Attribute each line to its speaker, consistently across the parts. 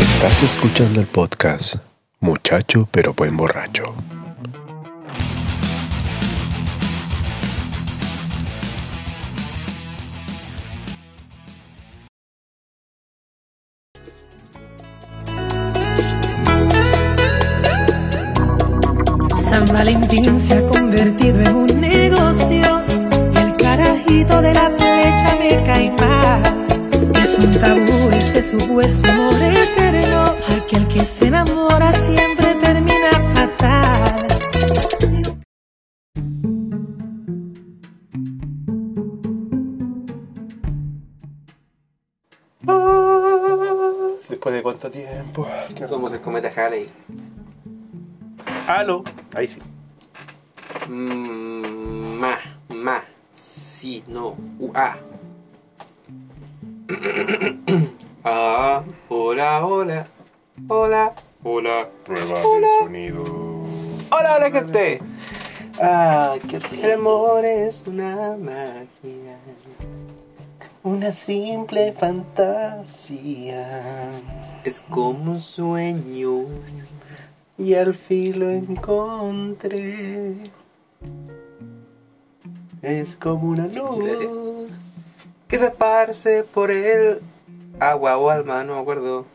Speaker 1: Estás escuchando el podcast Muchacho pero buen borracho.
Speaker 2: San Valentín se ha convertido en un negocio y el carajito de la flecha me cae mal. Es un tabú, ese supo es un amor eterno. Aquel que se enamora siempre termina fatal.
Speaker 1: Después de cuánto tiempo.
Speaker 3: Somos el cometa Halley.
Speaker 4: Aló. Ahí sí.
Speaker 3: Mm, ma, ma, si, no, ua. ah, hola, hola, hola, hola,
Speaker 1: Prueba de sonido.
Speaker 3: hola, hola, gente. Ah, qué rico. El amor es una magia, una simple fantasía. Es como un sueño y al fin lo encontré. Es como una luz que se esparce por el agua o alma, no me acuerdo.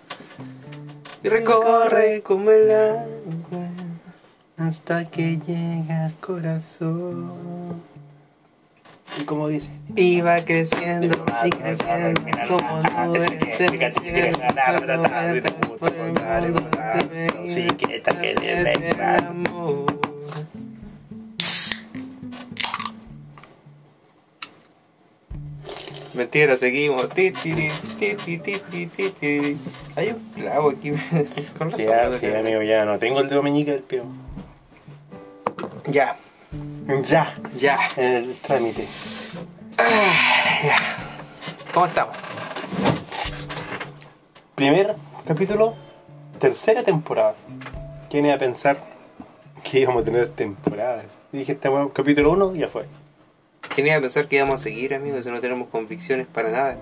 Speaker 3: Y recorre como el agua hasta que llega al corazón.
Speaker 4: ¿Y cómo dice?
Speaker 3: Y va creciendo y creciendo como nubes en el cielo, por el mundo se ve
Speaker 4: Sí, que esta que
Speaker 3: Así
Speaker 4: le
Speaker 3: es el
Speaker 4: venga.
Speaker 3: amor. Mentira, seguimos. Ti, ti, ti, ti, ti, ti, ti, ti, ti. Hay un clavo aquí. Con razón,
Speaker 4: Sí, ah,
Speaker 3: no
Speaker 4: sí,
Speaker 3: creo.
Speaker 4: amigo, ya no tengo el dedo meñique del pie.
Speaker 3: Ya,
Speaker 4: Ya,
Speaker 3: ya.
Speaker 4: en el trámite.
Speaker 3: ¿Cómo estamos?
Speaker 4: Primer capítulo, tercera temporada. ¿Quién iba a pensar que íbamos a tener temporadas? Dije, este weón, capítulo 1 ya fue.
Speaker 3: ¿Quién iba a pensar que íbamos a seguir, amigos? Si no tenemos convicciones para nada.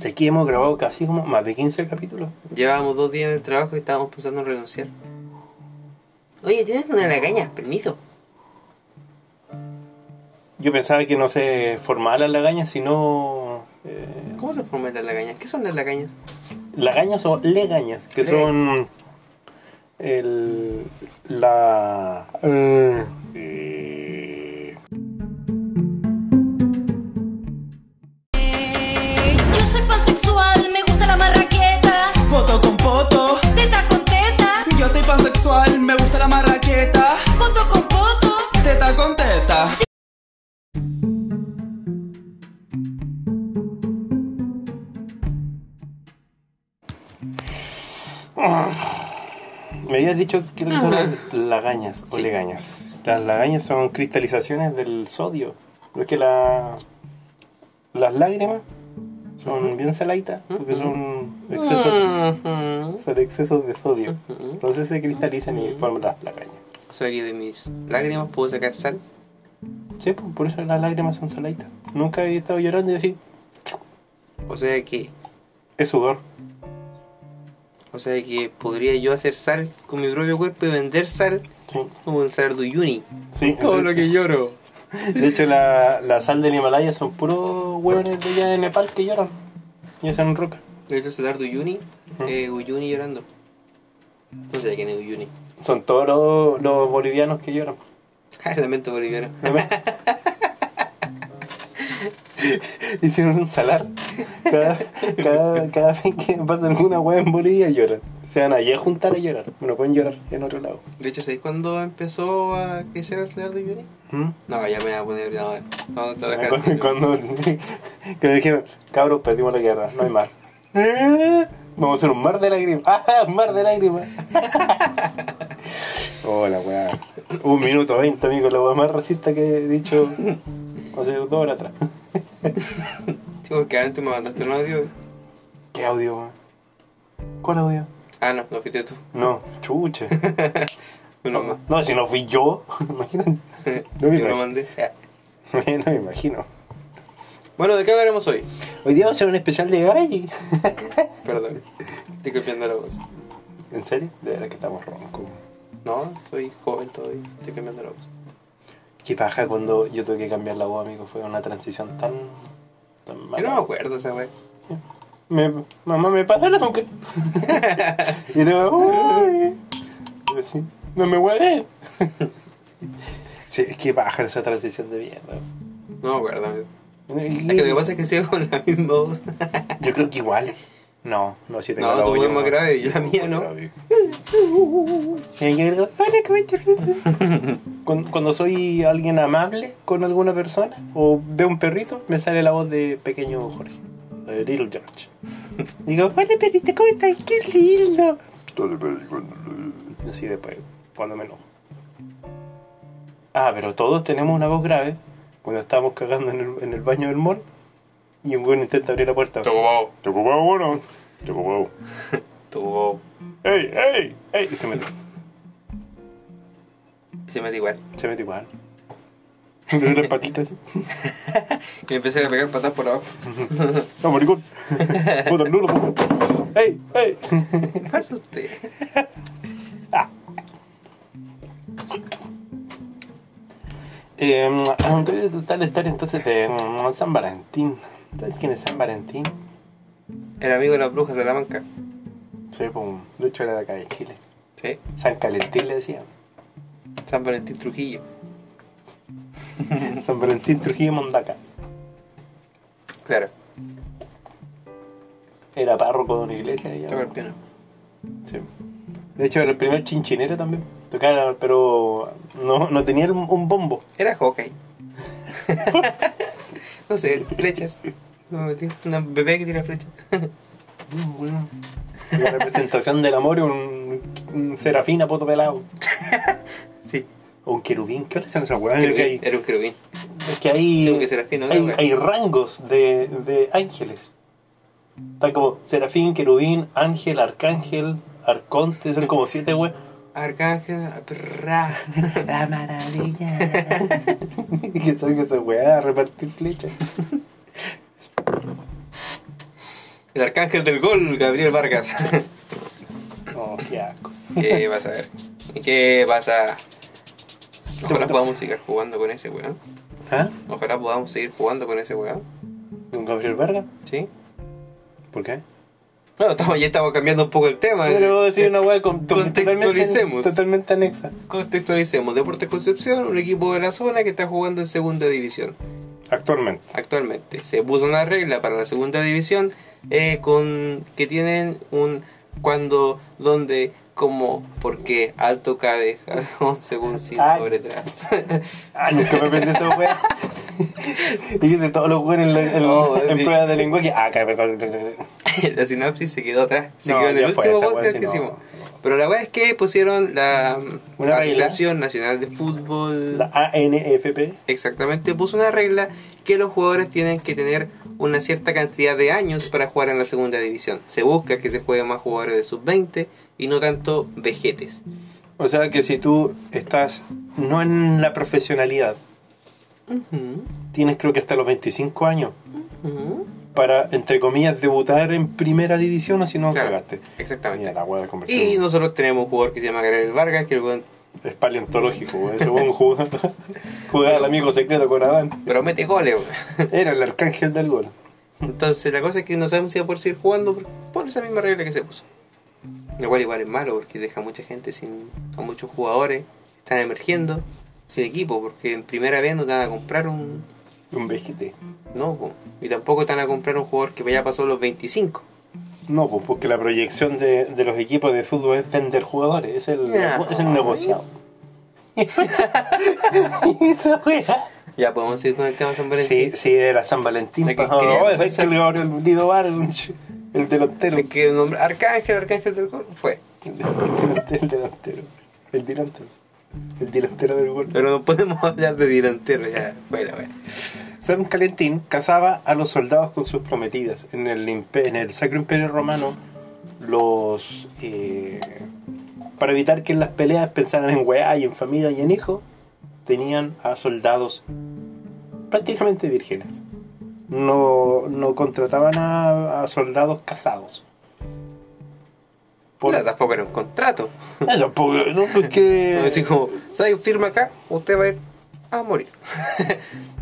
Speaker 4: De aquí hemos grabado casi como más de 15 capítulos.
Speaker 3: Llevábamos dos días en el trabajo y estábamos pensando en renunciar. Oye, tienes una lagaña, permiso.
Speaker 4: Yo pensaba que no se formaban las lagañas, sino... eh,
Speaker 3: ¿Cómo se forman las lagañas? ¿Qué son las lagañas?
Speaker 4: lagañas o legañas, que
Speaker 3: Le-
Speaker 4: son el la eh, eh,
Speaker 5: Yo soy pansexual, me gusta la marraqueta,
Speaker 6: Poto con poto,
Speaker 5: teta con teta,
Speaker 6: yo soy pansexual, me gusta la marraqueta,
Speaker 5: poto con poto.
Speaker 6: teta con teta.
Speaker 4: me habías dicho que
Speaker 3: Ah,
Speaker 4: son las lagañas o legañas. Las lagañas son cristalizaciones del sodio. Es que la, las lágrimas son bien saladitas porque son excesos,
Speaker 3: Ujú.
Speaker 4: son excesos de sodio.
Speaker 3: Ah. Ujú.
Speaker 4: Entonces se cristalizan y forman las lagañas.
Speaker 3: O sea que de mis lágrimas puedo sacar sal.
Speaker 4: Sí, pues, por eso las lágrimas son saladitas. Nunca he estado llorando y así,
Speaker 3: O sea que.
Speaker 4: es sudor.
Speaker 3: O sea que podría yo hacer sal con mi propio cuerpo y vender sal
Speaker 4: Sí,
Speaker 3: como en Sardu Yuni.
Speaker 4: sí. Este.
Speaker 3: que lloro.
Speaker 4: De hecho, la, la sal del Himalaya son puros hueones de allá de Nepal que lloran. Y hacen roca.
Speaker 3: De hecho, Sardu Yuni, eh, Uyuni llorando. No sé quién es Uyuni.
Speaker 4: Son todos los, los bolivianos que lloran.
Speaker 3: Ah, Lamento boliviano.
Speaker 4: Hicieron un salar. Cada, cada, cada vez que pasa alguna hueá en Bolivia lloran. Se van allá a juntar a llorar. Bueno, pueden llorar en otro lado.
Speaker 3: De hecho, ¿sabéis cuándo empezó a crecer el Sardu Yuni?
Speaker 4: ¿Mm?
Speaker 3: No, ya me voy a poner. No, no, te voy a dejar.
Speaker 4: Cuando, cuando- que me dijeron, cabros, perdimos la guerra, no hay mar. ¿Eh? Vamos a hacer un mar de lágrimas. ¡Ah, mar de lágrimas! Hola, Oh, weá. Un minuto veinte, amigo, la weá más racista que he dicho hace dos horas atrás.
Speaker 3: Sí, porque antes me mandaste un audio.
Speaker 4: ¿Qué audio, weá? ¿Cuál audio?
Speaker 3: Ah, no, lo fuiste tú.
Speaker 4: No, chucha.
Speaker 3: Uno más.
Speaker 4: No, si no fui yo, imagínate. Ah, No me
Speaker 3: Yo lo
Speaker 4: imagino.
Speaker 3: mandé.
Speaker 4: No me imagino.
Speaker 3: Bueno, ¿de qué hablaremos hoy?
Speaker 4: Hoy día va a ser un especial de Galle.
Speaker 3: Perdón. Estoy cambiando la voz.
Speaker 4: ¿En serio? De verdad que estamos roncos.
Speaker 3: No, soy joven todavía. Estoy cambiando la voz.
Speaker 4: Qué paja cuando yo tuve que cambiar la voz, amigo. Fue una transición tan. tan
Speaker 3: Yo no
Speaker 4: mala.
Speaker 3: me acuerdo esa wey.
Speaker 4: Me- mamá, me pasa la azúcar. y luego, "Ay". Yo así, no me huele. sí, es que baja esa transición de mierda.
Speaker 3: No me acuerdo, amigo. Es que lo que pasa es que sigo con la misma voz.
Speaker 4: Yo creo que igual. No, no, si tengo
Speaker 3: No,
Speaker 4: la
Speaker 3: tu
Speaker 4: voz
Speaker 3: voz
Speaker 4: yo
Speaker 3: más
Speaker 4: no.
Speaker 3: grave y la mía no.
Speaker 4: Grave. Y yo digo, "Hola, ¿cómo estás?" cuando, cuando soy alguien amable con alguna persona o veo un perrito, me sale la voz de pequeño Jorge, de Little George. Digo, hola perrito, ¿cómo estás? ¡Qué lindo! Y así después, cuando me enojo. Ah, pero todos tenemos una voz grave cuando estábamos cagando en el, en el baño del mall y un buen intenta abrir la puerta.
Speaker 3: Tocobao.
Speaker 4: Te ocupaba uno. Te ocupaba.
Speaker 3: Tocobao.
Speaker 4: ¡Ey, ey, ey! Y se mete.
Speaker 3: Se mete igual.
Speaker 4: Se mete igual. Mira las patitas así.
Speaker 3: Y me empecé a pegar patas por abajo.
Speaker 4: ¡No, maricón! ¡Puta, no lo puedo! ¡Ey, ey!
Speaker 3: ¿Qué pasa usted?
Speaker 4: Eh, tal historia entonces de mm, San Valentín. ¿Sabes quién es San Valentín?
Speaker 3: El amigo de las brujas de la manca.
Speaker 4: Sí, pum. De hecho era de acá de Chile.
Speaker 3: Sí.
Speaker 4: San Calentín le decían.
Speaker 3: San Valentín Trujillo.
Speaker 4: San Valentín Trujillo Mondaca.
Speaker 3: Claro.
Speaker 4: Era párroco de una iglesia. y-
Speaker 3: Toca el piano.
Speaker 4: Sí. De hecho era el primer chinchinero también. Tocaba, pero no, no tenía el- un bombo.
Speaker 3: Era hockey. no sé, flechas. No me metí. Una bebé que tira flechas.
Speaker 4: La representación del amor es un, un serafín a poto pelado.
Speaker 3: Sí.
Speaker 4: O un querubín. ¿Qué hora son esas weas? Es que
Speaker 3: Querubín.
Speaker 4: hay,
Speaker 3: Era un querubín.
Speaker 4: es que hay,
Speaker 3: Sí, porque serafín no es
Speaker 4: hay,
Speaker 3: wea.
Speaker 4: hay rangos de, de ángeles. Está como serafín, querubín, ángel, arcángel, arconte. Son como siete weas.
Speaker 3: Arcángel. perra.
Speaker 4: La maravilla. que son esas weas a repartir flechas.
Speaker 3: El arcángel del gol, Gabriel Vargas.
Speaker 4: Oh, qué asco.
Speaker 3: ¿Qué vas a ver? ¿Qué vas a.? Ojalá podamos seguir jugando con ese weón.
Speaker 4: ¿Ah?
Speaker 3: Ojalá podamos seguir jugando con ese weón.
Speaker 4: ¿Un Gabriel Vargas?
Speaker 3: ¿Sí?
Speaker 4: ¿Por qué?
Speaker 3: Bueno, estamos, ya estamos cambiando un poco el tema. Eh,
Speaker 4: Pero voy a decir una wea con,
Speaker 3: Contextualicemos.
Speaker 4: totalmente, totalmente anexa.
Speaker 3: Contextualicemos. Deportes Concepción, un equipo de la zona que está jugando en segunda división.
Speaker 4: Actualmente.
Speaker 3: actualmente. Se puso una regla para la segunda división eh, con que tienen un cuando, donde, como, porque alto cabe, jabón, según sin
Speaker 4: Ay.
Speaker 3: sobre tras.
Speaker 4: Ah, nunca me aprendí esa wea. Y de todos los weones en, la- en,
Speaker 3: No,
Speaker 4: en
Speaker 3: sí.
Speaker 4: pruebas de lenguaje. Ah, cabrón, cabrón, cabrón.
Speaker 3: la sinapsis se quedó atrás, se
Speaker 4: No,
Speaker 3: quedó en el
Speaker 4: ya fue
Speaker 3: último
Speaker 4: esa,
Speaker 3: podcast
Speaker 4: weón,
Speaker 3: que
Speaker 4: si no.
Speaker 3: hicimos. Pero la verdad es que pusieron la
Speaker 4: Una
Speaker 3: Asociación Nacional de Fútbol.
Speaker 4: La ANFP.
Speaker 3: Exactamente, puso una regla que los jugadores tienen que tener una cierta cantidad de años para jugar en la segunda división. Se busca que se jueguen más jugadores de sub-20 y no tanto vejetes.
Speaker 4: O sea que si tú estás no en la profesionalidad, tienes creo que hasta los 25 años para, entre comillas, debutar en primera división o si no,
Speaker 3: Claro,
Speaker 4: cagaste.
Speaker 3: exactamente.
Speaker 4: Mira, la wea de conversión.
Speaker 3: Y nosotros tenemos un jugador que se llama Gabriel Vargas, que el weón
Speaker 4: Es paleontológico, weón. ese weón jugaba, jugaba al amigo secreto con Adán.
Speaker 3: promete goles. weón.
Speaker 4: Era el arcángel del gol.
Speaker 3: Entonces la cosa es que no sabemos si va a poder seguir jugando por, por esa misma regla que se puso. Lo cual igual es malo porque deja a mucha gente sin... a muchos jugadores están emergiendo sin equipo porque en primera vez no te van a comprar un,
Speaker 4: Un vejete.
Speaker 3: No, po. y tampoco están a comprar un jugador que ya pasó los 25.
Speaker 4: No, pues porque la proyección de, de los equipos de fútbol es vender jugadores, es el,
Speaker 3: Ya. pues.
Speaker 4: es el negociado. Esa wea.
Speaker 3: Ya podemos seguir con el tema San Valentín.
Speaker 4: Sí, sí, era San Valentín.
Speaker 3: De que
Speaker 4: pasaba,
Speaker 3: quería-
Speaker 4: "Oh, es el Gabriel Lido Vargas, el delantero.
Speaker 3: Hay que nombrar- Arcángel, Arcángel del gol, fue.
Speaker 4: El delantero, el delantero. El delantero. El delantero del gol.
Speaker 3: Pero no podemos hablar de delantero ya. Bueno, bueno.
Speaker 4: San Calentín casaba a los soldados con sus prometidas. En el, impe- en el Sacro Imperio Romano, los. eh, para evitar que en las peleas pensaran en weá y en familia y en hijo, tenían a soldados prácticamente vírgenes. No, no contrataban a, a soldados casados. Por-
Speaker 3: Puta, tampoco era un contrato.
Speaker 4: Ah, tampoco, no, porque.
Speaker 3: Así como, ¿sabe? Firma acá, usted va a ir a morir.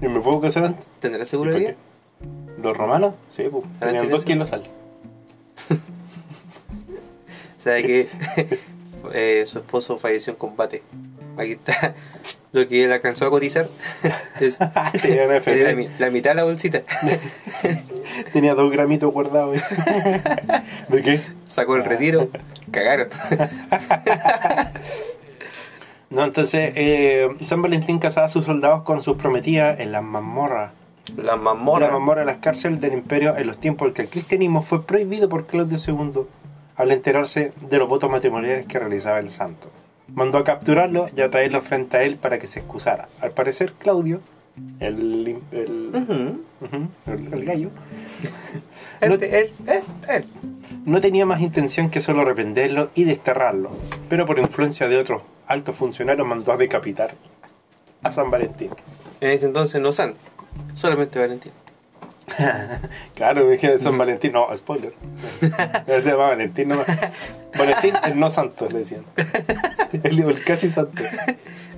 Speaker 4: ¿Y me puedo casar antes?
Speaker 3: ¿Tendrá
Speaker 4: ¿Y
Speaker 3: seguro
Speaker 4: por
Speaker 3: de
Speaker 4: qué?
Speaker 3: vida?
Speaker 4: ¿Los romanos? Sí, pues. Tenían
Speaker 3: tiene
Speaker 4: dos
Speaker 3: eso.
Speaker 4: quilosales.
Speaker 3: ¿Sabe que eh, su esposo falleció en combate? Aquí está lo que él alcanzó a cotizar. Es-
Speaker 4: Tenía una
Speaker 3: era la,
Speaker 4: enfermedad.
Speaker 3: mi- la mitad de la bolsita.
Speaker 4: Tenía dos gramitos guardados. ahí. ¿De qué?
Speaker 3: Sacó el retiro, cagaron.
Speaker 4: No, entonces, eh, San Valentín casaba a sus soldados con sus prometidas en las mazmorras.
Speaker 3: La
Speaker 4: La
Speaker 3: mamorra.
Speaker 4: mazmorra de las cárceles del imperio en los tiempos en que el cristianismo fue prohibido por Claudio II al enterarse de los votos matrimoniales que realizaba el santo. Mandó a capturarlo y a traerlo frente a él para que se excusara. Al parecer, Claudio, el, el-
Speaker 3: Ujú.
Speaker 4: ujú, el- el gallo,
Speaker 3: Este, él, él, él.
Speaker 4: no tenía más intención que solo arrepentirlo y desterrarlo, pero por influencia de otros altos funcionarios mandó a decapitar a San Valentín.
Speaker 3: En ese entonces no San, solamente Valentín.
Speaker 4: Claro, me dije San Valentín, no, spoiler. No se llama Valentín nomás. Valentín el no santo, le decían. El, el casi santo.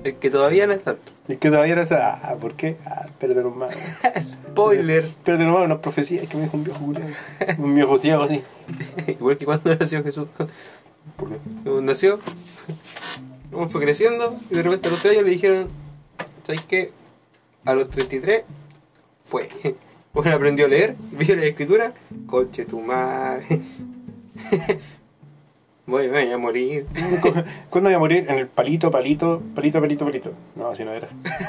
Speaker 3: El que todavía no es tanto.
Speaker 4: Y que todavía era esa, ah, ¿por qué? Ah, perder un mago.
Speaker 3: Spoiler.
Speaker 4: Perder un mago, una profecía que me dijo un viejo culiao. Un viejo ciego así.
Speaker 3: Igual que cuando nació Jesús.
Speaker 4: ¿Por qué?
Speaker 3: Nació, luego fue creciendo y de repente a los 3 años le dijeron, ¿sabes qué? A los 33 fue. Bueno, aprendió a leer, vio la escritura, coche tu madre. Voy, voy a morir.
Speaker 4: ¿Cuándo voy a morir? En el palito, palito, palito, palito, palito. No, así no era.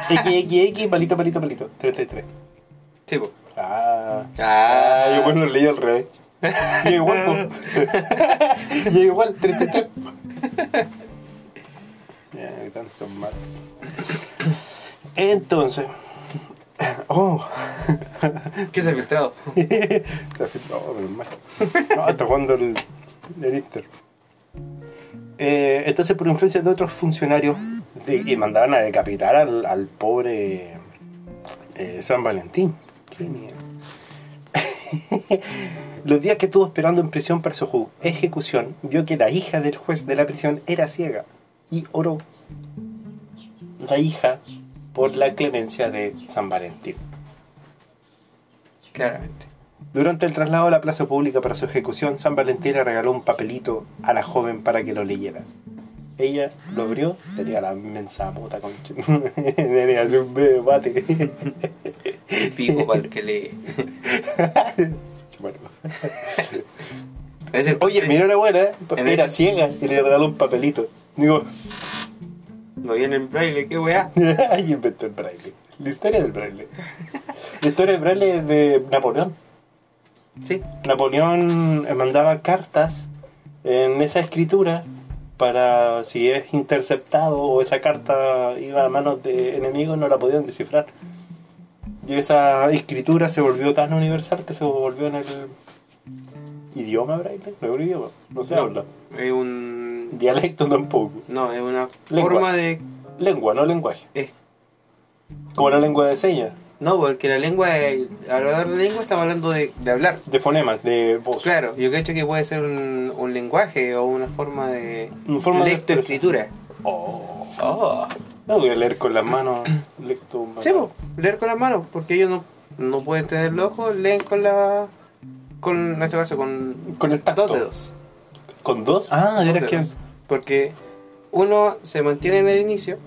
Speaker 4: X, X, X, palito, palito, palito. 33.
Speaker 3: Sí, po.
Speaker 4: Ah.
Speaker 3: Ah,
Speaker 4: Ah, yo pues lo leí al revés. Y igual, pues. y igual, 33. Ya, qué tanto mal. Entonces. Oh.
Speaker 3: ¿Qué se ha filtrado?
Speaker 4: Está filtrado, menos mal. No, está jugando el, el Inter. Eh, entonces, por influencia de otros funcionarios, de- y mandaban a decapitar al, al pobre eh, San Valentín. Qué mierda. Los días que estuvo esperando en prisión para su ju- ejecución, vio que la hija del juez de la prisión era ciega y oró la hija por la clemencia de San Valentín.
Speaker 3: Claramente.
Speaker 4: Durante el traslado a la plaza pública para su ejecución, San Valentín le regaló un papelito a la joven para que lo leyera. Ella lo abrió, tenía la inmensa puta con... tenía así un medio mate.
Speaker 3: El pico para el que lee.
Speaker 4: Bueno.
Speaker 3: En ese
Speaker 4: Oye,
Speaker 3: entonces
Speaker 4: mira una buena, ¿eh?
Speaker 3: En
Speaker 4: era
Speaker 3: ese-
Speaker 4: ciega y le regaló un papelito. Digo,
Speaker 3: No viene en braille, qué weá.
Speaker 4: ay, inventó el braille. La historia del braille. La historia del braille es de Napoleón.
Speaker 3: Sí.
Speaker 4: Napoleón eh, mandaba cartas en esa escritura para si es interceptado o esa carta iba a manos de enemigos no la podían descifrar. Y esa escritura se volvió tan universal que se volvió en el idioma braille, no es un idioma, no se habla.
Speaker 3: Es un.
Speaker 4: Dialecto tampoco.
Speaker 3: No, es una
Speaker 4: Lengua.
Speaker 3: forma de.
Speaker 4: Lengua, no lenguaje.
Speaker 3: es-
Speaker 4: Como la lengua de señas,
Speaker 3: No, porque la lengua, es- al hablar de lengua estamos hablando de, de hablar.
Speaker 4: de fonemas, de voz.
Speaker 3: Claro, yo creo que puede ser un, un lenguaje o una forma de
Speaker 4: Una forma de
Speaker 3: lectoescritura.
Speaker 4: Oh,
Speaker 3: Oh.
Speaker 4: no voy a leer con las manos. lecto-
Speaker 3: Sí, po, leer con las manos, porque ellos no, no pueden tener los ojos, leen con la... Con, en este caso, con
Speaker 4: Con el tacto.
Speaker 3: dos dedos.
Speaker 4: ¿Con dos? Ah,
Speaker 3: dos
Speaker 4: era que...
Speaker 3: dedos. Porque uno se mantiene en el inicio.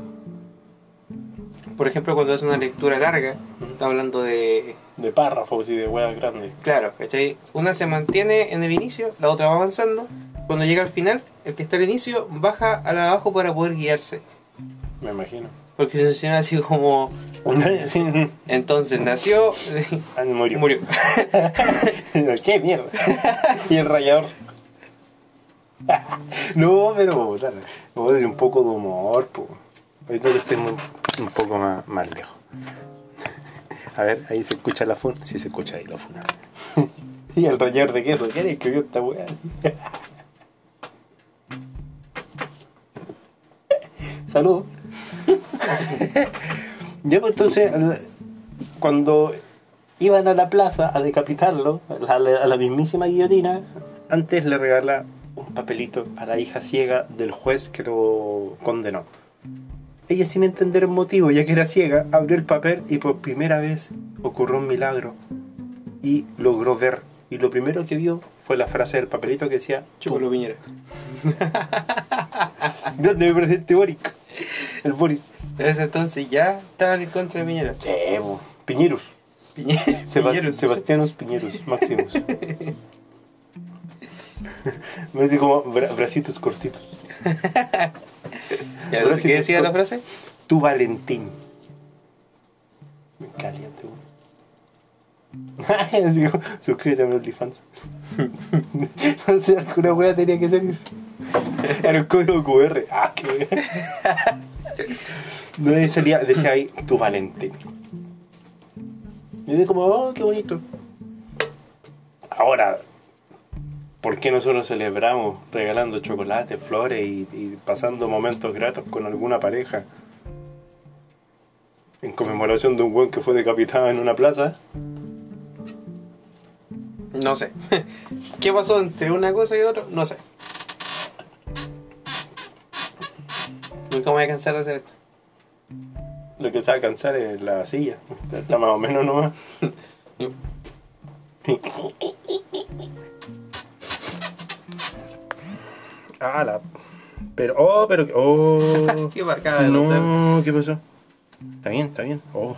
Speaker 3: Por ejemplo, cuando es una lectura larga, está hablando de
Speaker 4: de párrafos y de huevas grandes.
Speaker 3: Claro, ¿cachai? Una se mantiene en el inicio, la otra va avanzando. Cuando llega al final, el que está al inicio baja al abajo para poder guiarse.
Speaker 4: Me imagino.
Speaker 3: Porque se suena así como... Entonces nació...
Speaker 4: Ah,
Speaker 3: y
Speaker 4: murió.
Speaker 3: murió.
Speaker 4: ¿Qué mierda? y el rayador. no, pero dale, vos decís un poco de humor, po. Yo creo que estoy muy- un poco más, más lejos. A ver, ahí se escucha la fun. Sí, se escucha ahí la funa. y el rayador de queso. ¿Quién escribió esta weá? Salud. Ya, pues entonces, al- cuando iban a la plaza a decapitarlo, a la, a la mismísima guillotina, antes le regala un papelito a la hija ciega del juez que lo condenó. Ella, sin entender el motivo, ya que era ciega, abrió el papel y por primera vez ocurrió un milagro y logró ver. Y lo primero que vio fue la frase del papelito que decía:
Speaker 3: Chupalo Piñera.
Speaker 4: ¿Dónde me presente Boric? El Boris.
Speaker 3: En ese entonces ya estaban en contra de Piñera.
Speaker 4: Chemo. Piñeros.
Speaker 3: Piñera.
Speaker 4: Seba-
Speaker 3: Piñera.
Speaker 4: Sebastianos Piñeros, Máximos. Me dice como bra- bracitos cortitos.
Speaker 3: Ya, entonces,
Speaker 4: Sí,
Speaker 3: ¿Qué decía
Speaker 4: por-
Speaker 3: la frase?
Speaker 4: Tu Valentín. Me caliente, güey. Así como, suscríbete a mi OnlyFans. no sé, alguna wea tenía que salir. Era un código QR. Ah, qué wea. No y salía, decía ahí, tu Valentín. Y dije como, oh, qué bonito. Ahora, ¿por qué nosotros celebramos regalando chocolate, flores y, y pasando momentos gratos con alguna pareja? En conmemoración de un buen que fue decapitado en una plaza.
Speaker 3: No sé. ¿Qué pasó entre una cosa y otra? No sé. Nunca me voy a cansar de hacer esto.
Speaker 4: Lo que se va a cansar es la silla. Está más o menos nomás. ah, la... Pero, oh, pero... Oh.
Speaker 3: Qué marcada de hacer.
Speaker 4: No, ¿qué pasó? Está bien, está bien. Oh.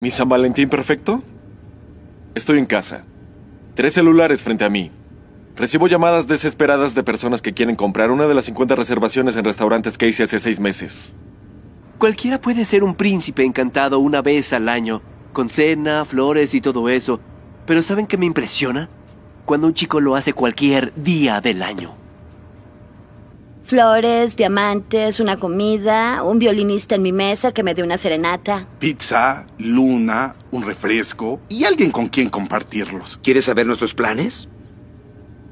Speaker 7: ¿Mi San Valentín perfecto? Estoy en casa. Tres celulares frente a mí. Recibo llamadas desesperadas de personas que quieren comprar una de las 50 reservaciones en restaurantes que hice hace seis meses.
Speaker 8: Cualquiera puede ser un príncipe encantado una vez al año, con cena, flores y todo eso. Pero ¿saben qué me impresiona? Cuando un chico lo hace cualquier día del año.
Speaker 9: Flores, diamantes, una comida, un violinista en mi mesa que me dé una serenata.
Speaker 10: Pizza, luna, un refresco y alguien con quien compartirlos.
Speaker 11: ¿Quieres saber nuestros planes?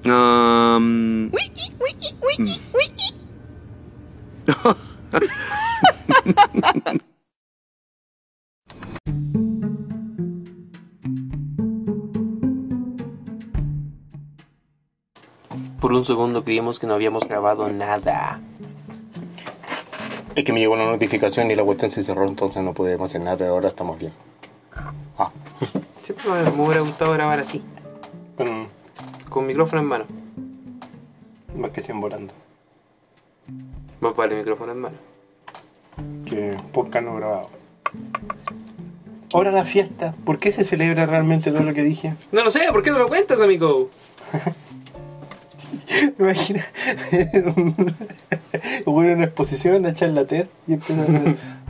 Speaker 11: Am,
Speaker 3: Por un segundo creímos que no habíamos grabado nada.
Speaker 4: Es que me llegó una notificación y la cuestión se cerró, entonces no podemos hacer nada, pero ahora estamos bien. Ah.
Speaker 3: Siempre me pues, me hubiera gustado grabar así,
Speaker 4: Bueno,
Speaker 3: con micrófono en mano.
Speaker 4: más que siguen volando.
Speaker 3: Más vale micrófono en mano.
Speaker 4: que podcast no grabado. Ahora la fiesta. ¿Por qué se celebra realmente todo lo que dije?
Speaker 3: No lo sé, ¿por qué no lo cuentas, amigo?
Speaker 4: Me imagino. Hubo una exposición, a charla TED y empiezan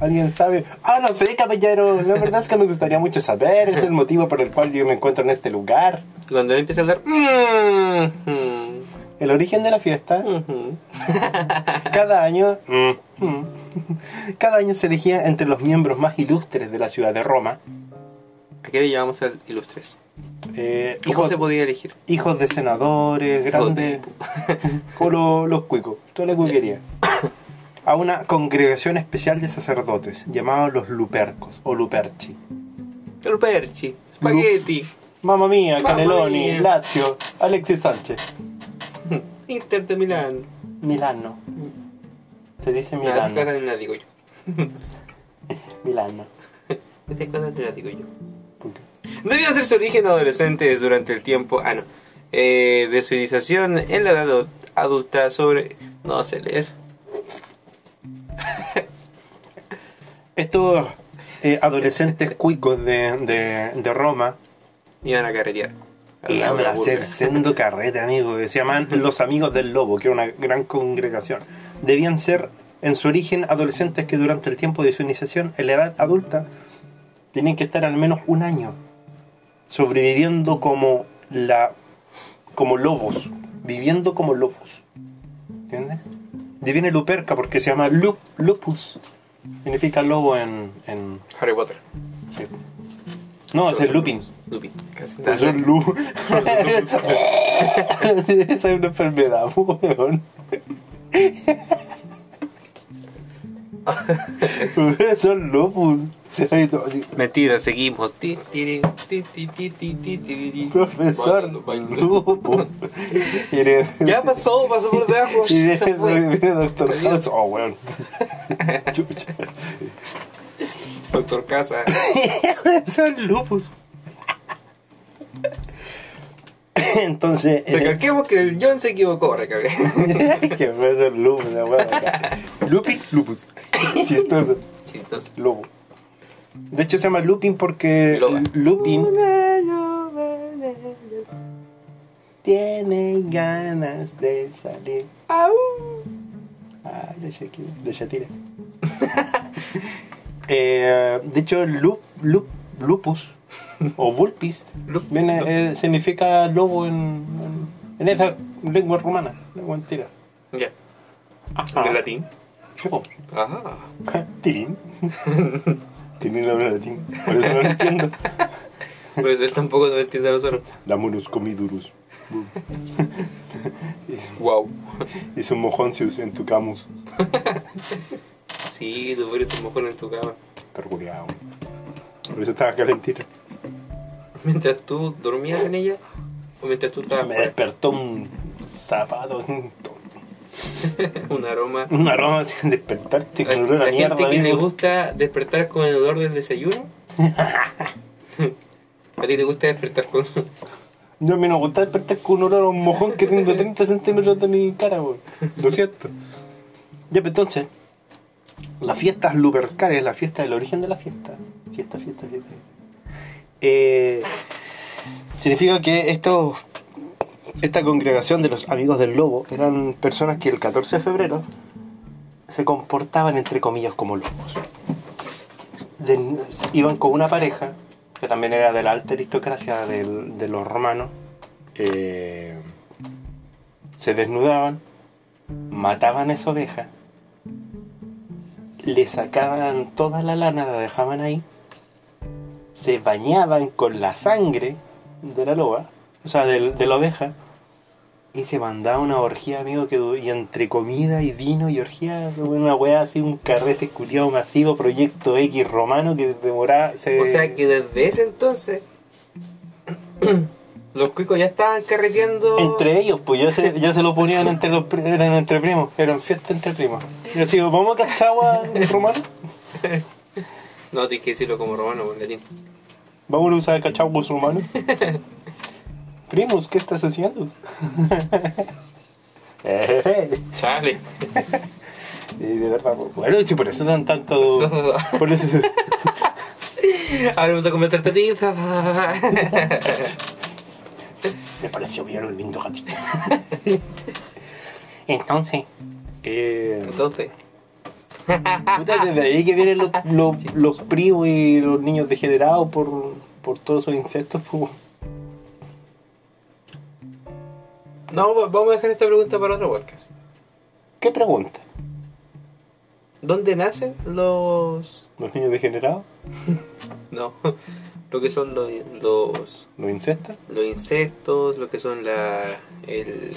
Speaker 4: a- alguien sabe. Ah, no sé, caballero. La verdad es que me gustaría mucho saber. Es el motivo por el cual yo me encuentro en este lugar.
Speaker 3: Y cuando él empieza a hablar... "Mm, mm,
Speaker 4: El origen de la fiesta.
Speaker 3: ujú".
Speaker 4: Cada año, Mm. cada año se elegía entre los miembros más ilustres de la ciudad de Roma.
Speaker 3: Aquí le llamamos al Ilustres.
Speaker 4: Eh,
Speaker 3: ¿Y cómo
Speaker 4: hijos-
Speaker 3: se podía elegir?
Speaker 4: hijos de senadores, grandes, como los, los cuicos, toda la cuiquería. A una congregación especial de sacerdotes, llamados los Lupercos o Luperci.
Speaker 3: El Perchi, Spaghetti,
Speaker 4: Mamma mía,
Speaker 3: Mamma
Speaker 4: Caneloni,
Speaker 3: mía.
Speaker 4: Lazio, Alexis Sánchez,
Speaker 3: Inter de Milán.
Speaker 4: Milano. Se dice
Speaker 3: Nada, cara
Speaker 4: Milano.
Speaker 3: de nada, digo yo.
Speaker 4: Milano.
Speaker 3: Estas cosas te las digo yo.
Speaker 4: ¿Por qué?
Speaker 3: Debían ser su origen adolescentes durante el tiempo. Ah, no. Eh, de su iniciación en la edad adu- adulta sobre. No sé leer.
Speaker 4: Estos eh, adolescentes cuicos de, de, de Roma
Speaker 3: Iban a carretear.
Speaker 4: iban a hacer sendo carrete, amigo. que Se llaman los amigos del lobo, que era una gran congregación. Debían ser, en su origen, adolescentes que durante el tiempo de su iniciación, en la edad adulta, tenían que estar al menos un año sobreviviendo como la como lobos, viviendo como lobos. ¿Entiendes? De ahí viene Luperca porque se llama lup- lupus. Significa lobo en, en-
Speaker 3: Harry Potter.
Speaker 4: sí. No, es el lupin.
Speaker 3: Lupin. Casi.
Speaker 4: Profesor Lu. Esa es una enfermedad, po, weón. Profesor Lupus.
Speaker 3: Mentira, seguimos. Ti, tiri, ti, ti, ti, ti, ti, ti, ti.
Speaker 4: Profesor, Lupus. Viene-
Speaker 3: Ya pasó, pasó por debajo.
Speaker 4: viene-
Speaker 3: se fue.
Speaker 4: viene Doctor House. Oh, weón. Chucha.
Speaker 3: Doctor Casa.
Speaker 4: Profesor Lupus. Entonces. eh,
Speaker 3: Recalquemos que el John se equivocó, recalqué.
Speaker 4: que Profesor Lupus, la weá acá. Lupi, Lupus. Chistoso.
Speaker 3: Chistoso.
Speaker 4: Lobo. De hecho se llama Lupin porque
Speaker 3: Loba.
Speaker 4: Lupin tiene ganas de salir. Ah, de Shakira. De Shakira. Eh, de hecho, lup, lup- lupus o vulpis
Speaker 3: Lup-
Speaker 4: viene,
Speaker 3: lup.
Speaker 4: eh, significa lobo en, en, en esa lengua romana, lengua Ah, entera.
Speaker 3: Ya.
Speaker 4: Ajá.
Speaker 3: ¿De latín?
Speaker 4: Sí, po.
Speaker 3: Ajá.
Speaker 4: Tirín. Tirín habla latín. Por eso no lo entiendo.
Speaker 3: Por eso él tampoco no entiende a nosotros.
Speaker 4: Lamunus comidurus.
Speaker 3: Wow.
Speaker 4: Y su mojoncius en tu camus.
Speaker 3: Sí, tú eres un mojón en tu cama.
Speaker 4: Pergureado. Por eso estaba calentita.
Speaker 3: Mientras tú dormías en ella o mientras tú
Speaker 4: Me
Speaker 3: trabajabas.
Speaker 4: despertó un zapato. Un, to-
Speaker 3: Un aroma.
Speaker 4: un aroma sin despertarte. Con olor a
Speaker 3: La
Speaker 4: mierda.
Speaker 3: gente que le
Speaker 4: amigo.
Speaker 3: gusta despertar con el olor del desayuno. A ti te gusta despertar con.
Speaker 4: No, me no gusta despertar con un olor a un mojón que tengo 30 centímetros de mi cara, weón. Lo siento. Ya, pues entonces, las fiestas lupercales, la fiesta del origen de la fiesta. Fiesta, fiesta, fiesta. fiesta. Eh, significa que estos, esta congregación de los amigos del lobo eran personas que el 14 de febrero se comportaban, entre comillas, como lobos. De- iban con una pareja que también era de la alta aristocracia del- de los romanos. eh, se desnudaban, mataban a esa oveja, le sacaban toda la lana, la dejaban ahí, se bañaban con la sangre de la loba, o sea, del- de la oveja, y se mandaba una orgía, amigo, que du- y entre comida y vino y orgía, una weá así, un carrete culiado masivo, proyecto X romano que demoraba. se-
Speaker 3: O sea que desde ese entonces. Los cuicos ya estaban carreteando.
Speaker 4: Entre ellos, pues ya se, ya se lo ponían entre los pri- eran entre primos, eran fiesta entre primos. Y así, vamos a Cachagua, romano.
Speaker 3: No, tienes que decirlo como romano o en latín.
Speaker 4: Vamos a usar cachaguas romanos. Primos, ¿qué estás haciendo? Eh,
Speaker 3: Chale.
Speaker 4: y de verdad, pues, bueno, si por eso dan tanto. Por eso,
Speaker 3: Ahora me toca comentarte a ti.
Speaker 4: me pareció bien un lindo gatito. Entonces, eh,
Speaker 3: Entonces,
Speaker 4: Puta, desde ahí que vienen los, los, los primos y los niños degenerados por, por todos esos insectos. pues.
Speaker 3: no, va- vamos a dejar esta pregunta para otro podcast.
Speaker 4: ¿Qué pregunta?
Speaker 3: ¿Dónde nacen los.
Speaker 4: ¿Los niños degenerados?
Speaker 3: No, lo que son los, los,
Speaker 4: ¿Los insectos?
Speaker 3: los insectos, lo que son la. El,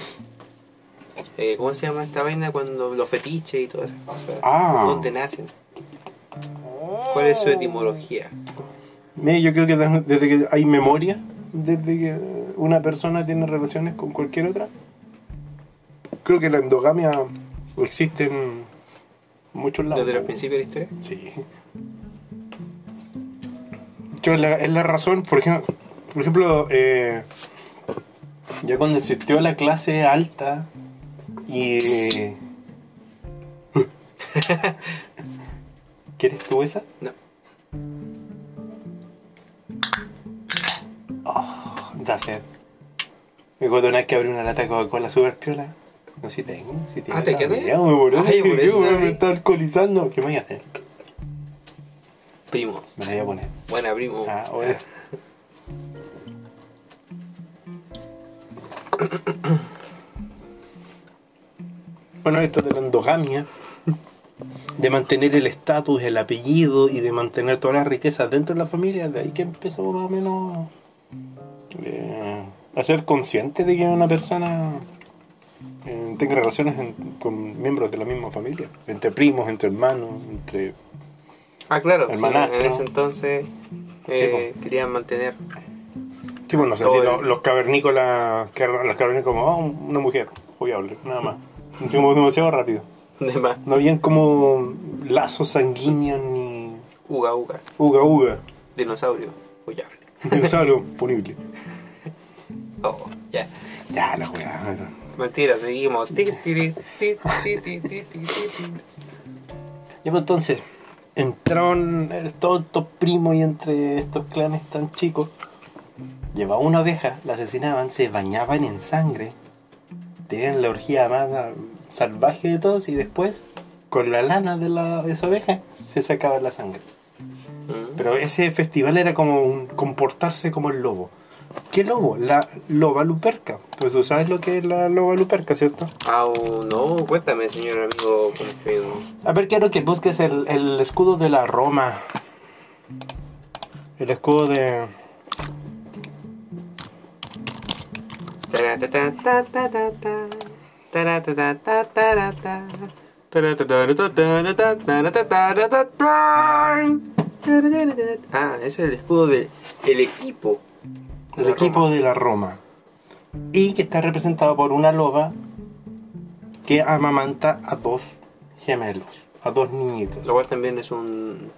Speaker 3: eh, ¿Cómo se llama esta vaina? cuando Los fetiches y todas esas cosas.
Speaker 4: Ah.
Speaker 3: ¿Dónde nacen? ¿Cuál es su etimología?
Speaker 4: Mira, yo creo que desde desde que hay memoria, desde que una persona tiene relaciones con cualquier otra, creo que la endogamia existe en muchos lados.
Speaker 3: Desde los principios de la historia.
Speaker 4: Sí. Yo, la- es la razón, por ejemplo, por ejemplo eh, ya cuando existió la clase alta y... ¿Quieres tú esa?
Speaker 3: No.
Speaker 4: Da sed. Me acuerdo una vez que abrí una lata de Coca-Cola super piola. No, si tengo, si tengo.
Speaker 3: Ah, ¿te
Speaker 4: la
Speaker 3: quedas?
Speaker 4: mía, me voló,
Speaker 3: Ay, por
Speaker 4: dije,
Speaker 3: eso
Speaker 4: "Qué
Speaker 3: no
Speaker 4: bueno,
Speaker 3: abrí".
Speaker 4: me está alcoholizando. ¿Qué me voy a hacer?
Speaker 3: Primos.
Speaker 4: Me la voy a poner.
Speaker 3: Bueno, primo.
Speaker 4: Ah, oye. Bueno, esto de la endogamia, de mantener el estatus, el apellido y de mantener todas las riquezas dentro de la familia, de ahí que empezó más o menos eh, a ser consciente de que una persona eh, tenga relaciones en- con miembros de la misma familia, entre primos, entre hermanos, entre
Speaker 3: Ah, claro,
Speaker 4: El
Speaker 3: sí,
Speaker 4: manastro.
Speaker 3: en ese entonces eh, querían mantener.
Speaker 4: Sí, bueno, no sé
Speaker 3: Todo
Speaker 4: si
Speaker 3: el-
Speaker 4: lo- los cavernícolas, que- las cavernícolas como, "Ah, un- una mujer, obviable, nada más. Así como demasiado rápido.
Speaker 3: De más.
Speaker 4: No habían como lazos sanguíneos ni
Speaker 3: Uga, uga.
Speaker 4: uga uga.
Speaker 3: Dinosaurio. Huyable.
Speaker 4: Dinosaurio punible.
Speaker 3: Oh, ya.
Speaker 4: Ya, la weá.
Speaker 3: Mentira, seguimos. Ti, tiri, ti, ti, ti, ti, ti, ti, ti.
Speaker 4: Ya, pues entonces, entraron eh, todos estos primos y entre estos clanes tan chicos. Llevaba una oveja, la asesinaban, se bañaban en sangre. Tenían la orgía más ah, salvaje de todos y después, con la lana de, la, de esa oveja, se sacaba la sangre. Pero ese festival era como un- comportarse como el lobo. ¿Qué lobo? La loba luperca. Pues tú sabes lo que es la loba luperca, ¿cierto?
Speaker 3: Au, no, cuéntame, señor amigo este Porfirio.
Speaker 4: A ver, quiero que busques el, el escudo de la Roma. El escudo de...
Speaker 3: Taratatatatata, taratatatatata, taratatatatatatatatatatatatatata. Ah, ese es el escudo del el equipo.
Speaker 4: El equipo de la Roma. Y que está representado por una loba que amamanta a dos gemelos, a dos niñitos.
Speaker 3: Lo cual también es un.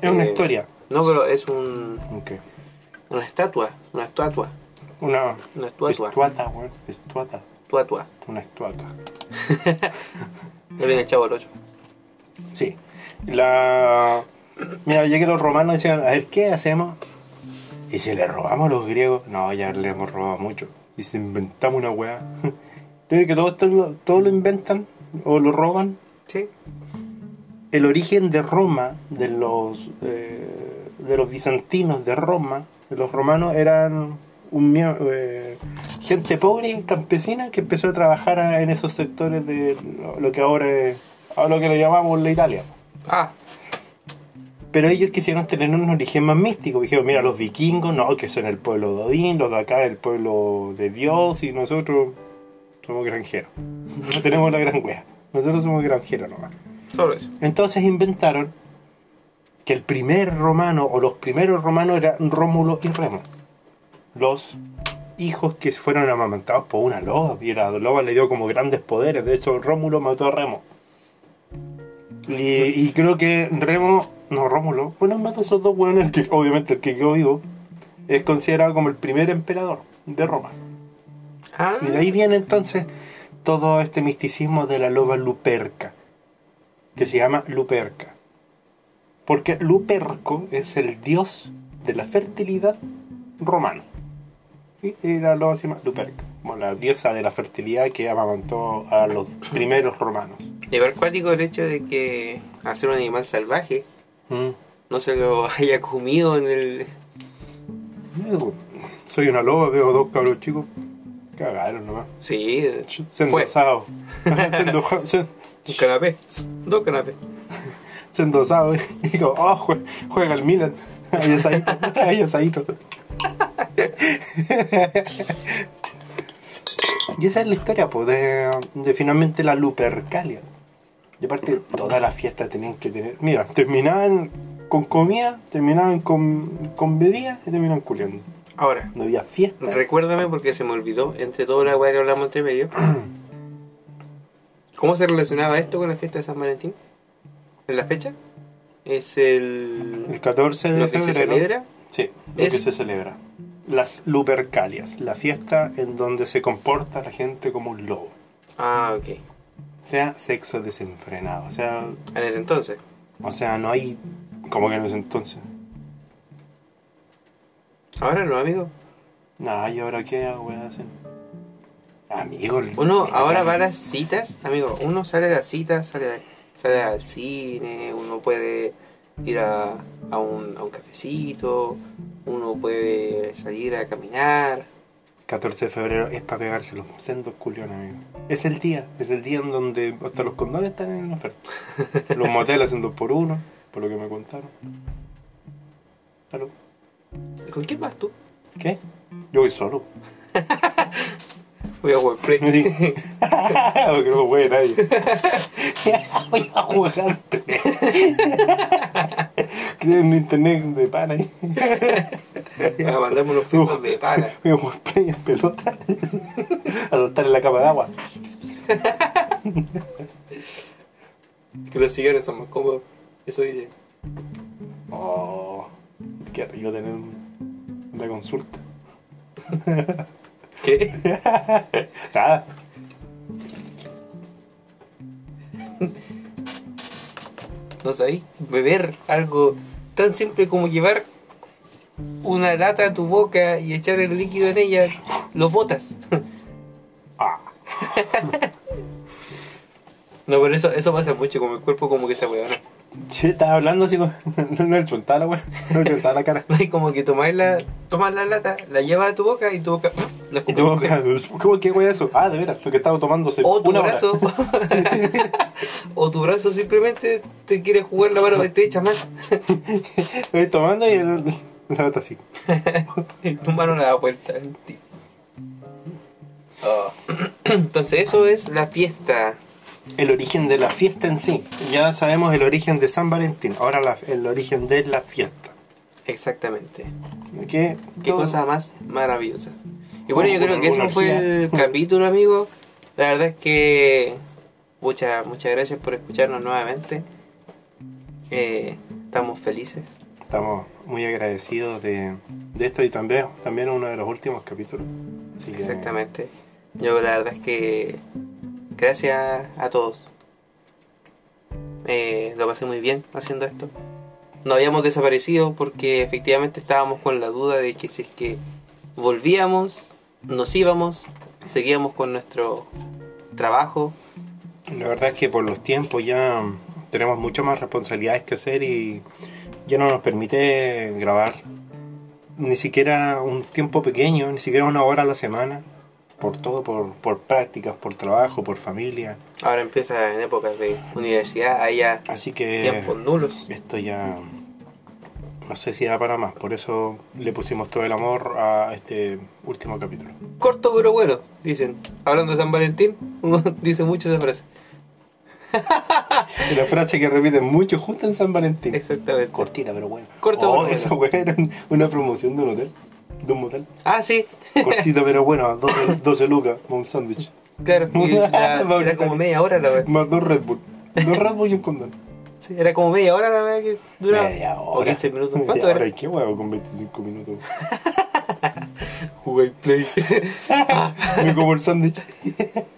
Speaker 4: Es una
Speaker 3: eh,
Speaker 4: historia.
Speaker 3: No, pero es un.
Speaker 4: Ok.
Speaker 3: Una estatua. Una estatua.
Speaker 4: Una
Speaker 3: Una estatua.
Speaker 4: estuata, weón. Estuata.
Speaker 3: Estatua.
Speaker 4: Una estuata.
Speaker 3: Le viene el chavo el 8.
Speaker 4: Sí. La... Mira, ya que los romanos decían, a ver, ¿qué hacemos? ¿Y si le robamos a los griegos? No, ya le hemos robado mucho. ¿Y si inventamos una weá? Tiene que todo esto lo- todo lo inventan o lo roban.
Speaker 3: Sí.
Speaker 4: El origen de Roma, de los, eh, de los bizantinos de Roma, de los romanos eran un mie- eh, gente pobre, campesina, que empezó a trabajar a- en esos sectores de lo- lo que ahora es, a lo que le llamamos la Italia.
Speaker 3: Ah,
Speaker 4: Pero ellos quisieron tener un origen más místico. Dijeron, mira, los vikingos, no, que son el pueblo de Odín, los de acá el pueblo de Dios, y nosotros somos granjeros. No tenemos la gran wea. Nosotros somos granjeros nomás.
Speaker 3: solo eso.
Speaker 4: Entonces inventaron que el primer romano, o los primeros romanos, eran Rómulo y Remo. Los hijos que fueron amamantados por una loba. Y la loba le dio como grandes poderes. De hecho, Rómulo mató a Remo. Y, y creo que Remo, no Rómulo, bueno, mató a esos dos hueones, el que, obviamente el que quedó vivo, es considerado como el primer emperador de Roma.
Speaker 3: Ah,
Speaker 4: Y de ahí viene entonces todo este misticismo de la loba luperca, que se llama luperca. Porque Luperco es el dios de la fertilidad romano. Y y la loba se llama luperca, como la diosa de la fertilidad que amamantó a los primeros romanos.
Speaker 3: Llevar cuático el hecho de que al ser un animal salvaje
Speaker 4: Mm.
Speaker 3: no se lo haya comido en el.
Speaker 4: Yo Soy una loba, veo dos cabros chicos. Cagaron nomás.
Speaker 3: Sí,
Speaker 4: Se
Speaker 3: fue.
Speaker 4: endosados. se, endoja- se-
Speaker 3: Un canapé. Dos canapés.
Speaker 4: se endosados. Y digo, oh, jue- juega el Milan. Ahí asadito. Ahí asadito. y esa es la historia, pues, de, de finalmente la Lupercalia. Y aparte, todas las fiestas tenían que tener. Mira, terminaban con comida, terminaban con, con bebida y terminaban culiando.
Speaker 3: Ahora,
Speaker 4: No había fiesta.
Speaker 3: recuérdame porque se me olvidó entre toda la weá que hablamos entre medio. ¿Cómo se relacionaba esto con la fiesta de San Valentín? ¿En la fecha? Es
Speaker 4: El
Speaker 3: el.
Speaker 4: 14 de
Speaker 3: Lo que se
Speaker 4: febrero.
Speaker 3: celebra.
Speaker 4: Sí, lo
Speaker 3: Es-
Speaker 4: que se celebra. Las Lupercalias, la fiesta en donde se comporta la gente como un lobo.
Speaker 3: Ah, ok.
Speaker 4: O sea, sexo desenfrenado. O sea,
Speaker 3: En ese entonces.
Speaker 4: o sea no hay. Como que no es entonces.
Speaker 3: Ahora no, amigo.
Speaker 4: Nah, ¿y ahora qué voy a hacer? Amigo, el-
Speaker 3: Uno
Speaker 4: el-
Speaker 3: ahora va a las citas, amigo. Uno sale a las citas, sale, a- sale al cine, uno puede ir a, a un, a un cafecito, uno puede salir a caminar.
Speaker 4: 14 de febrero es para pegárselo. Sendo culión, amigo. Es el día, es el día en donde hasta los condones están en oferta. los moteles hacen dos por uno, por lo que me contaron. Claro.
Speaker 3: ¿Con quién vas tú?
Speaker 4: ¿Qué? Yo voy solo.
Speaker 3: Voy a World Play.
Speaker 4: Sí. Porque no puede nadie. Oye, aguacante. Creo en internet de pana.
Speaker 3: Ya, Ah, mandamos los filtros pues, de pana.
Speaker 4: Voy a jugar playa en pelota. A saltar en la cama de agua.
Speaker 3: Que los sillones son más cómodos. Eso dice.
Speaker 4: Oh, qué rico tener un- una consulta.
Speaker 3: ¿Qué?
Speaker 4: Nada.
Speaker 3: ¿No sabéis beber algo tan simple como llevar una lata a tu boca y echar el líquido en ella? Lo botas.
Speaker 4: Ah.
Speaker 3: no, pero eso, eso pasa mucho, como el cuerpo como que se huevona.
Speaker 4: Che, estás hablando así con. No, no, el chuntala, güey. No, el chuntala la cara.
Speaker 3: Y como que tomáis la, tomas la lata, la llevas a tu boca y tu boca la
Speaker 4: Y tu boca,
Speaker 3: escupes.
Speaker 4: ¿Cómo qué güey eso? Ah, de veras, lo que estaba tomando hace
Speaker 3: O Oh, tu
Speaker 4: una hora.
Speaker 3: brazo. o tu brazo simplemente te quiere jugar la mano, te echa más.
Speaker 4: Estoy tomando y el, la lata así.
Speaker 3: Y tu mano la da vuelta. Oh. Entonces eso es la fiesta.
Speaker 4: El origen de la fiesta en sí. Ya sabemos el origen de San Valentín. Ahora la- el origen de la fiesta.
Speaker 3: Exactamente.
Speaker 4: ¿Qué,
Speaker 3: Qué cosa más maravillosa. Y bueno, yo creo que
Speaker 4: Una
Speaker 3: ese fue el capítulo, amigo. La verdad es que muchas muchas gracias por escucharnos nuevamente. Eh, estamos felices.
Speaker 4: Estamos muy agradecidos de, de esto y también, también uno de los últimos capítulos. Así que-
Speaker 3: Exactamente. Yo la verdad es que gracias a todos. Eh, lo pasé muy bien haciendo esto. No habíamos desaparecido porque efectivamente estábamos con la duda de que si es que volvíamos, nos íbamos, seguíamos con nuestro trabajo.
Speaker 4: La verdad es que por los tiempos ya tenemos muchas más responsabilidades que hacer y ya no nos permite grabar ni siquiera un tiempo pequeño, ni siquiera una hora a la semana, por todo, por, por prácticas, por trabajo, por familia.
Speaker 3: Ahora empieza en épocas de universidad, ahí ya
Speaker 4: Así que
Speaker 3: tiempos nulos.
Speaker 4: esto ya no sé si da para más, por eso le pusimos todo el amor a este último capítulo.
Speaker 3: Corto pero bueno, dicen. Hablando de San Valentín, uno dice mucho esa frase.
Speaker 4: Y la frase que repiten mucho justo en San Valentín.
Speaker 3: Exactamente.
Speaker 4: Cortita, pero bueno.
Speaker 3: Corta,
Speaker 4: Oh,
Speaker 3: pero bueno.
Speaker 4: esa weá era un- una promoción de un hotel, de un motel.
Speaker 3: Ah, sí.
Speaker 4: Cortita, pero bueno, 12, 12 lucas, más un sándwich.
Speaker 3: Claro, y ya- era como media hora la verdad.
Speaker 4: Más dos Red Bull. Dos Red Bull y un condón.
Speaker 3: Sí, era como media hora la verdad que duraba.
Speaker 4: Media
Speaker 3: O 15 minutos.
Speaker 4: Media
Speaker 3: ¿Cuánto
Speaker 4: hora,
Speaker 3: era?
Speaker 4: ¿y qué huevo con 25 minutos?
Speaker 3: Jugué play.
Speaker 4: Me como el sándwich.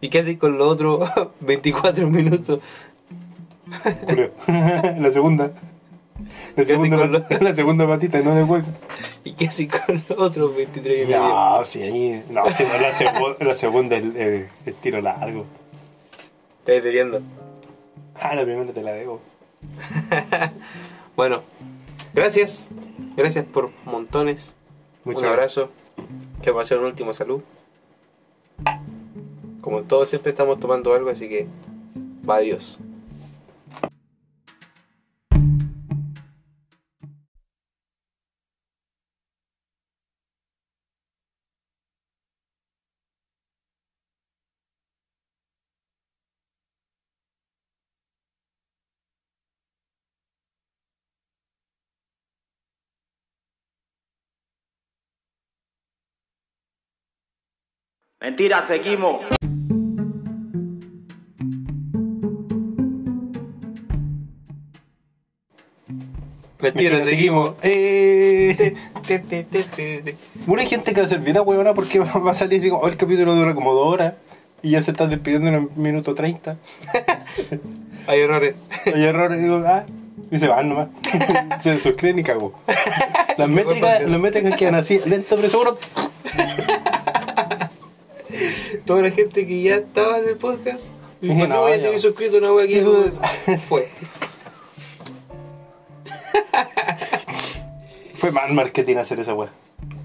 Speaker 3: ¿Y qué haces con los otros 24 minutos?
Speaker 4: Creo. La segunda. La segunda,
Speaker 3: con
Speaker 4: pat- la segunda patita, no de hueco.
Speaker 3: ¿Y qué haces con los otros 23 minutos?
Speaker 4: No, sí, ahí. No, sí, la, segu- la segunda es eh, es tiro largo.
Speaker 3: Estoy bebiendo.
Speaker 4: Ah, la primera te la debo.
Speaker 3: Bueno, gracias. Gracias por montones.
Speaker 4: Muchas
Speaker 3: Un abrazo. Que pasó un último salud. Como todos siempre estamos tomando algo, así que va Dios.
Speaker 11: Mentira, seguimos.
Speaker 3: Mentira,
Speaker 4: Mentira,
Speaker 3: seguimos.
Speaker 4: Eh,
Speaker 3: Te, te, te, te, te.
Speaker 4: Bueno, hay gente que va a ser bien huevona porque va va a salir así como, "Oh, el capítulo dura como dos horas y ya se está despidiendo en el minuto 30.
Speaker 3: Hay errores.
Speaker 4: Hay errores, digo, ah, y se van nomás. se suscriben y cagó. Las métricas, las métricas quedan así, lento pero seguro.
Speaker 3: Toda la gente que ya estaba en el podcast.
Speaker 4: Dijo,
Speaker 3: Dijo,
Speaker 4: "No,
Speaker 3: no voy a
Speaker 4: ya".
Speaker 3: seguir suscrito a una wea que
Speaker 4: Dijo,
Speaker 3: no es". fue.
Speaker 4: Fue mal marketing hacer esa weá.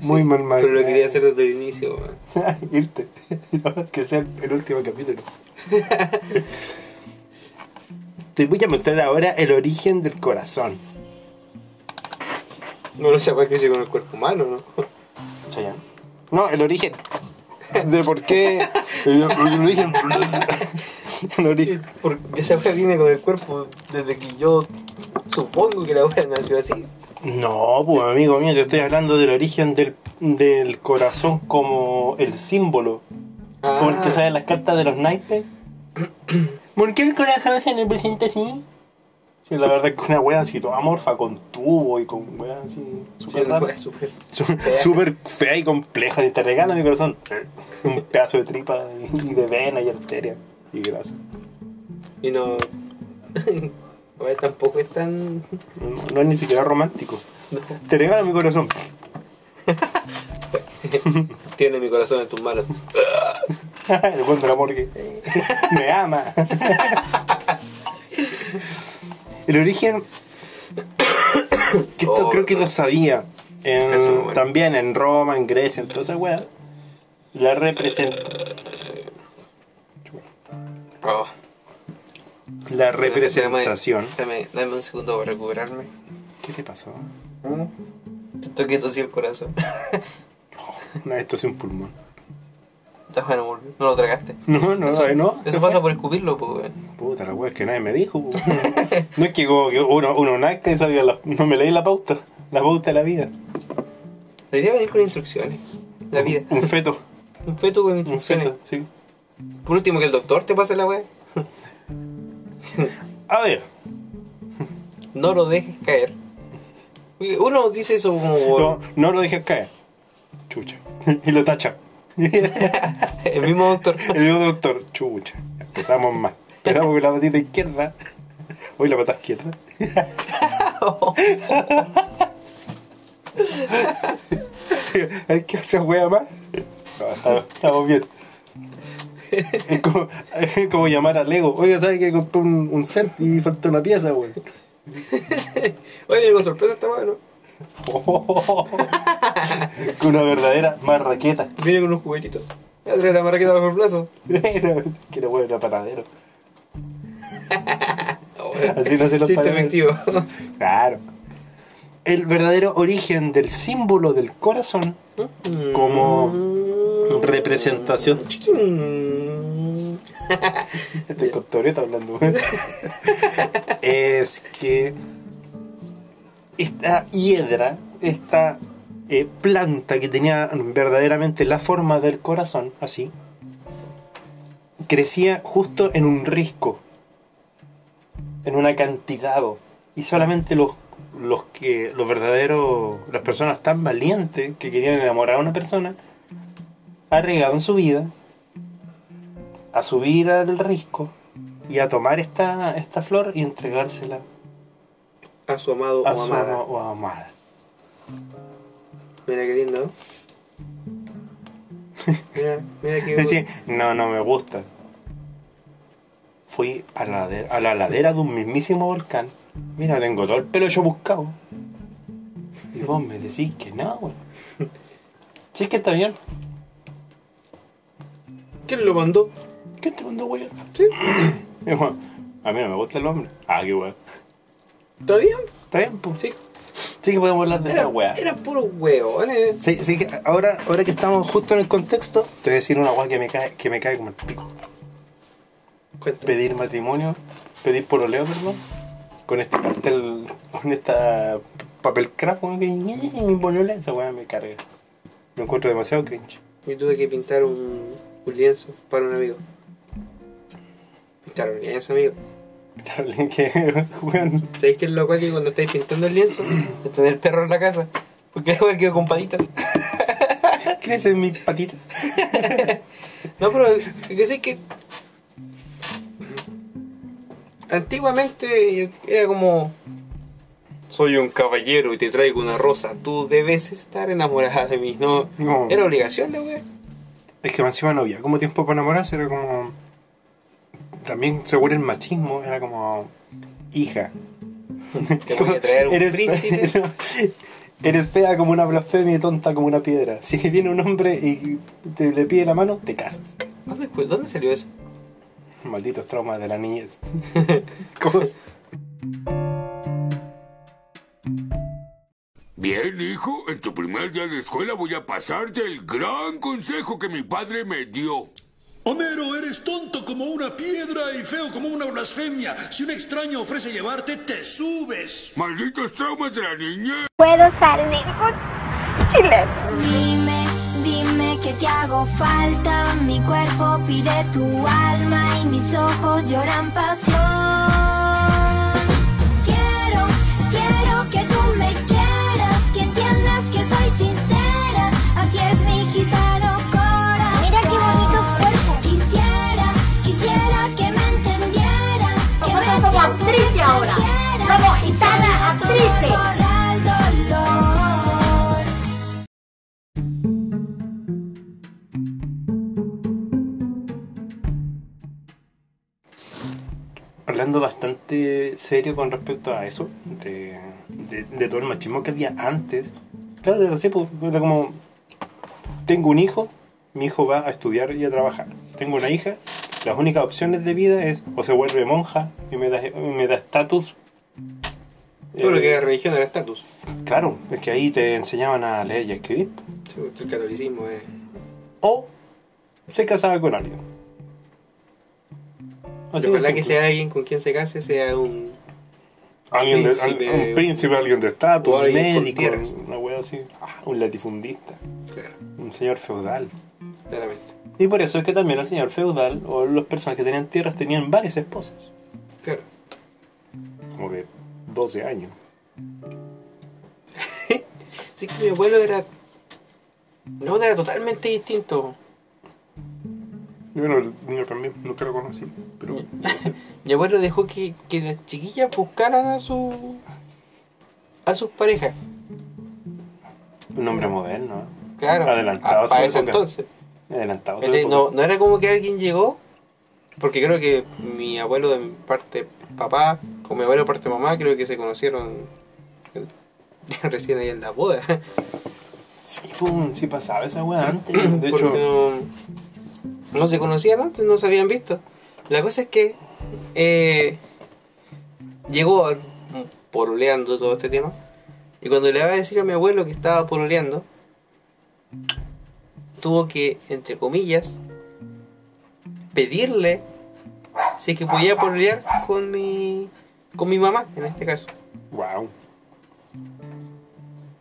Speaker 4: Muy mal marketing.
Speaker 3: Pero lo quería hacer desde el inicio, weón.
Speaker 4: Irte. No, que sea el último capítulo. Te voy a mostrar ahora el origen del corazón.
Speaker 3: No lo sepa que hice con el cuerpo humano, ¿no?
Speaker 4: No, el origen. De por qué. el, el origen.
Speaker 3: Porque esa wea viene con el cuerpo desde que yo supongo que la wea nació así.
Speaker 4: No, pues amigo mío, te estoy hablando del origen del, del corazón como el símbolo.
Speaker 3: Ah,
Speaker 4: Como el que sale en las cartas de los naipes. Ah. ¿Por qué el corazón se representa así? Sí, la verdad es que una wea así toda amorfa con tubo y con wea así.
Speaker 3: Sí,
Speaker 4: Súper
Speaker 3: una
Speaker 4: rara.
Speaker 3: wea súper.
Speaker 4: Su- súper fea y compleja. Y te regala mi corazón. Un pedazo de tripa y de vena y arteria y grasa.
Speaker 3: Y no. wea tampoco es tan.
Speaker 4: No, no es ni siquiera romántico. Te regala mi corazón.
Speaker 3: Tiene mi corazón en tus manos.
Speaker 4: El buen de la morgue. Me ama. El origen. Que esto creo que lo sabía. En-
Speaker 10: Eso, bueno.
Speaker 4: También en Roma, en Grecia, en toda esa weá. La represent...
Speaker 3: Oh.
Speaker 4: La representación.
Speaker 3: Dame, dame, dame un segundo para recuperarme.
Speaker 4: ¿Qué te pasó?
Speaker 3: Te toqué tosí el corazón.
Speaker 4: No, esto es un pulmón.
Speaker 3: Estás bueno, volvió. No lo tragaste.
Speaker 4: No, no,
Speaker 3: eso,
Speaker 4: no, se
Speaker 3: Eso pasa por escupirlo, pues, weón.
Speaker 4: Puta la weá, es que nadie me dijo. po. no es que como que uno, uno nazca y sabía la- no me leí la pauta. La pauta de la vida.
Speaker 3: Debería venir con instrucciones. La vida.
Speaker 4: Un feto.
Speaker 3: Un feto con
Speaker 4: Un
Speaker 3: instrucciones.
Speaker 4: feto, sí.
Speaker 3: Por último, que el doctor te pase la weá.
Speaker 4: A ver.
Speaker 3: No lo dejes caer. Oye, Uno dice eso como.
Speaker 4: No, no lo dejes caer. Chucha. y lo tacha.
Speaker 3: El mismo doctor.
Speaker 4: El mismo doctor. Chucha. Empezamos mal. Empezamos con la patita izquierda. Hoy la pata izquierda. Hay que otra wea más. No, estamos- estamos bien. Es como, es como llamar a Lego. Oiga, ¿sabes que compré un, un set y falta una pieza, weón?
Speaker 3: Oye, llegó sorpresa esta weá, ¿no?
Speaker 4: Con una verdadera marraqueta.
Speaker 3: Viene con unos juguetitos. Ya trae la marraqueta bajo el plazo.
Speaker 4: que no huele a panadero. Así no se los
Speaker 3: Chiste
Speaker 4: panaderos.
Speaker 3: efectivo.
Speaker 4: Claro. El verdadero origen del símbolo del corazón como representación. Estoy con Toreto hablando. güey. es que esta hiedra, esta eh, planta que tenía verdaderamente la forma del corazón, así, crecía justo en un risco, en un acantilado, y solamente los los que los verdaderos las personas tan valientes que querían enamorar a una persona arriesgaban su vida a subir al risco y a tomar esta esta flor y entregársela
Speaker 3: A su amado
Speaker 4: a
Speaker 3: o
Speaker 4: su
Speaker 3: amada.
Speaker 4: ama- o amada
Speaker 3: Mira qué lindo. ¿no? Mira, mira qué.
Speaker 4: decir no no me gusta fui a la ladera, a la ladera de un mismísimo volcán mira tengo todo el pelo yo buscado y vos me decís que no güey. si es que está bien
Speaker 3: ¿Quién lo mandó?
Speaker 4: ¿Quién te mandó, güey? Y yo, a mí no me gusta el hombre ah qué weón
Speaker 3: ¿Está bien?
Speaker 4: está bien pues
Speaker 3: sí
Speaker 4: sí que podemos hablar de
Speaker 3: Era,
Speaker 4: esa weá
Speaker 3: era puro hueones.
Speaker 4: Sí, sí, que ahora, ahora que estamos justo en el contexto, te voy a decir una guay que me cae, que me cae como el pico. Pedir matrimonio, pedir pololeo, perdón, con este cartel, con esta papel craft, weón, que "Ñe, mi pololeo", esa weá me carga. Lo encuentro demasiado cringe.
Speaker 3: Yo tuve que pintar un, un lienzo para un amigo. Pintar un lienzo, amigo.
Speaker 4: que, weón,
Speaker 3: ¿Sabéis que es lo cual que cuando estáis pintando el lienzo, de tener el perro en la casa? Porque la wea quedó con patitas.
Speaker 4: crecen mis patitas.
Speaker 3: No, pero que sé que. Antiguamente era como. Soy un caballero y te traigo una rosa. Tú debes estar enamorada de mí. No.
Speaker 4: No.
Speaker 3: Era obligación la wea.
Speaker 4: Es que más encima no había como tiempo para enamorarse, era como... También seguro el machismo, era como... Hija.
Speaker 3: Te voy a traer un
Speaker 4: Eres-
Speaker 3: príncipe.
Speaker 4: Eres fea como una blasfemia y tonta como una piedra. Si viene un hombre y te le pide la mano, te casas.
Speaker 3: Ah, disculpa, ¿Dónde salió eso?
Speaker 4: Malditos traumas de la niñez. ¿Cómo?
Speaker 12: Bien, hijo, en tu primer día de escuela voy a pasarte el gran consejo que mi padre me dio. Homero, eres tonto como una piedra y feo como una blasfemia. Si un extraño ofrece llevarte, te subes. Malditos traumas de la niñez.
Speaker 13: Puedo salir con chile.
Speaker 5: Dime, dime que te hago falta. Mi cuerpo pide tu alma y mis ojos lloran pasión. Quiero, quiero que tú me quieras, que entiendas que soy sincera. Así es mi gitano corazón. Mira qué bonitos cuerpos. Quisiera, quisiera que me entendieras. Que
Speaker 13: Nosotros somos actrices ahora. Somos gitanas actrices.
Speaker 5: actrices.
Speaker 4: Hablando bastante serio con respecto a eso, de, de- de todo el machismo que había antes. Claro, era así, pues, era como, tengo un hijo, mi hijo va a estudiar y a trabajar. Tengo una hija, las únicas opciones de vida es o se vuelve monja y me da y me da estatus.
Speaker 3: Todo lo que era
Speaker 4: religión era estatus. Claro, es que ahí te enseñaban a leer y a escribir.
Speaker 3: El catolicismo eh. es.
Speaker 4: O se casaba con alguien. Así de
Speaker 3: Ojalá
Speaker 4: simple.
Speaker 3: que sea alguien con quien se case, sea un.
Speaker 4: Alguien de-
Speaker 3: príncipe,
Speaker 4: al- un príncipe, alguien de estatus,
Speaker 3: o
Speaker 4: un
Speaker 3: alguien con
Speaker 4: médico,
Speaker 3: tierras.
Speaker 4: una wea así. Ah, un latifundista,
Speaker 3: Claro,
Speaker 4: un señor feudal.
Speaker 3: claramente.
Speaker 4: Y por eso es que también el señor feudal o las personas que tenían tierras tenían varias esposas.
Speaker 3: Claro.
Speaker 4: Como que 12 años.
Speaker 3: Así que mi abuelo era. No, era totalmente distinto.
Speaker 4: Bueno, el niño también, nunca lo conocí. Pero
Speaker 3: Mi abuelo dejó que, que las chiquillas buscaran a su. a sus parejas.
Speaker 4: un hombre moderno. ¿eh?
Speaker 3: Claro.
Speaker 4: Adelantado
Speaker 3: a-
Speaker 4: a su
Speaker 3: para ese
Speaker 4: época.
Speaker 3: entonces.
Speaker 4: Adelantado a su
Speaker 3: ¿Cachai?
Speaker 4: época.
Speaker 3: No, no era como que alguien llegó, porque creo que mi abuelo de mi parte papá, con mi abuelo de parte mamá, creo que se conocieron eh, recién ahí en la boda.
Speaker 4: Sí, pum, sí pasaba esa weá antes. De
Speaker 3: Porque
Speaker 4: hecho,
Speaker 3: no, no se conocían antes, no se habían visto. La cosa es que eh, llegó a- pololeando todo este tema. Y cuando le iba a decir a mi abuelo que estaba pololeando, tuvo que, entre comillas, pedirle si es que podía pololear con mi, con mi mamá, en este caso.
Speaker 4: wow,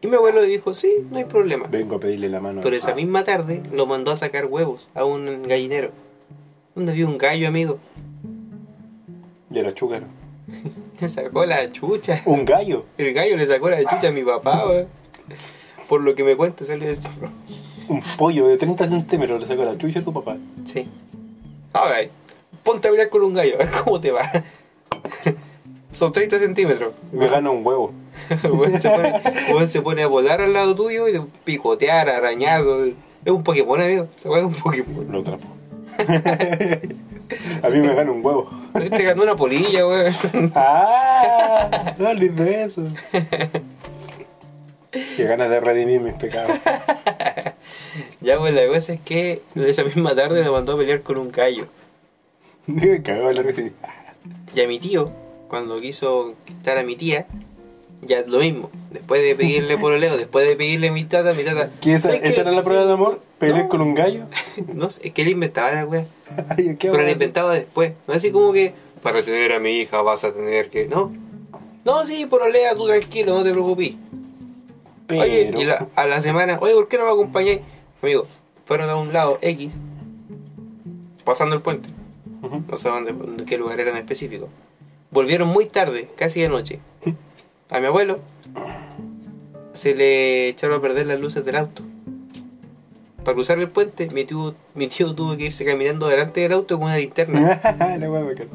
Speaker 3: Y mi abuelo dijo, sí, no hay problema.
Speaker 4: vengo a pedirle la mano.
Speaker 3: Pero esa misma tarde lo mandó a sacar huevos a un gallinero. Donde había un gallo, amigo.
Speaker 4: Y era chúcaro.
Speaker 3: Le sacó la chucha.
Speaker 4: ¿Un gallo?
Speaker 3: El gallo le sacó la chucha a mi papá, weón. Por lo que me cuenta, salió esto.
Speaker 4: Un pollo de 30 centímetros le sacó la chucha a tu papá.
Speaker 3: Sí. A ver, ponte a pelear con un gallo, a ver cómo te va. Son 30 centímetros.
Speaker 4: Me gana un huevo.
Speaker 3: Weón se, pone, weón se pone a volar al lado tuyo y te picotear, arañazo. Es un Pokémon, amigo. Se juega un Pokémon.
Speaker 4: Lo atrapo. A mí me gana un huevo.
Speaker 3: Te Este ganó una polilla, weón.
Speaker 4: ¡Ah! No hables de eso. Qué ganas de redimir mis pecados.
Speaker 3: Ya, pues la cosa es que esa misma tarde lo mandó a pelear con un gallo.
Speaker 4: Me cagaba la risa.
Speaker 3: Y a mi tío, cuando quiso quitar a mi tía, ya lo mismo. Después de pedirle por oleo, después de pedirle mi tata, mi tata.
Speaker 4: ¿Qué esa,
Speaker 3: ¿sabes
Speaker 4: ¿Esa
Speaker 3: qué?
Speaker 4: era la prueba de amor? ¿Pelear con un gallo?
Speaker 3: No sé, es que él inventaba la wea.
Speaker 4: Ay, ¿qué
Speaker 3: Pero la
Speaker 4: hago?
Speaker 3: inventaba después. No así como que, para tener a mi hija vas a tener que. No. No, sí, por olea, tú tranquilo, no te preocupes.
Speaker 4: Pero-
Speaker 3: Oye, y la- a la semana, oye, ¿por qué no me acompañáis? Amigo, fueron a un lado X, pasando el puente. No sé dónde, en qué lugar era en específico. Volvieron muy tarde, casi de noche. A mi abuelo se le echaron a perder las luces del auto. Para cruzar el puente, mi tío, mi tío tuvo que irse caminando delante del auto con una linterna.
Speaker 4: la wea bacán.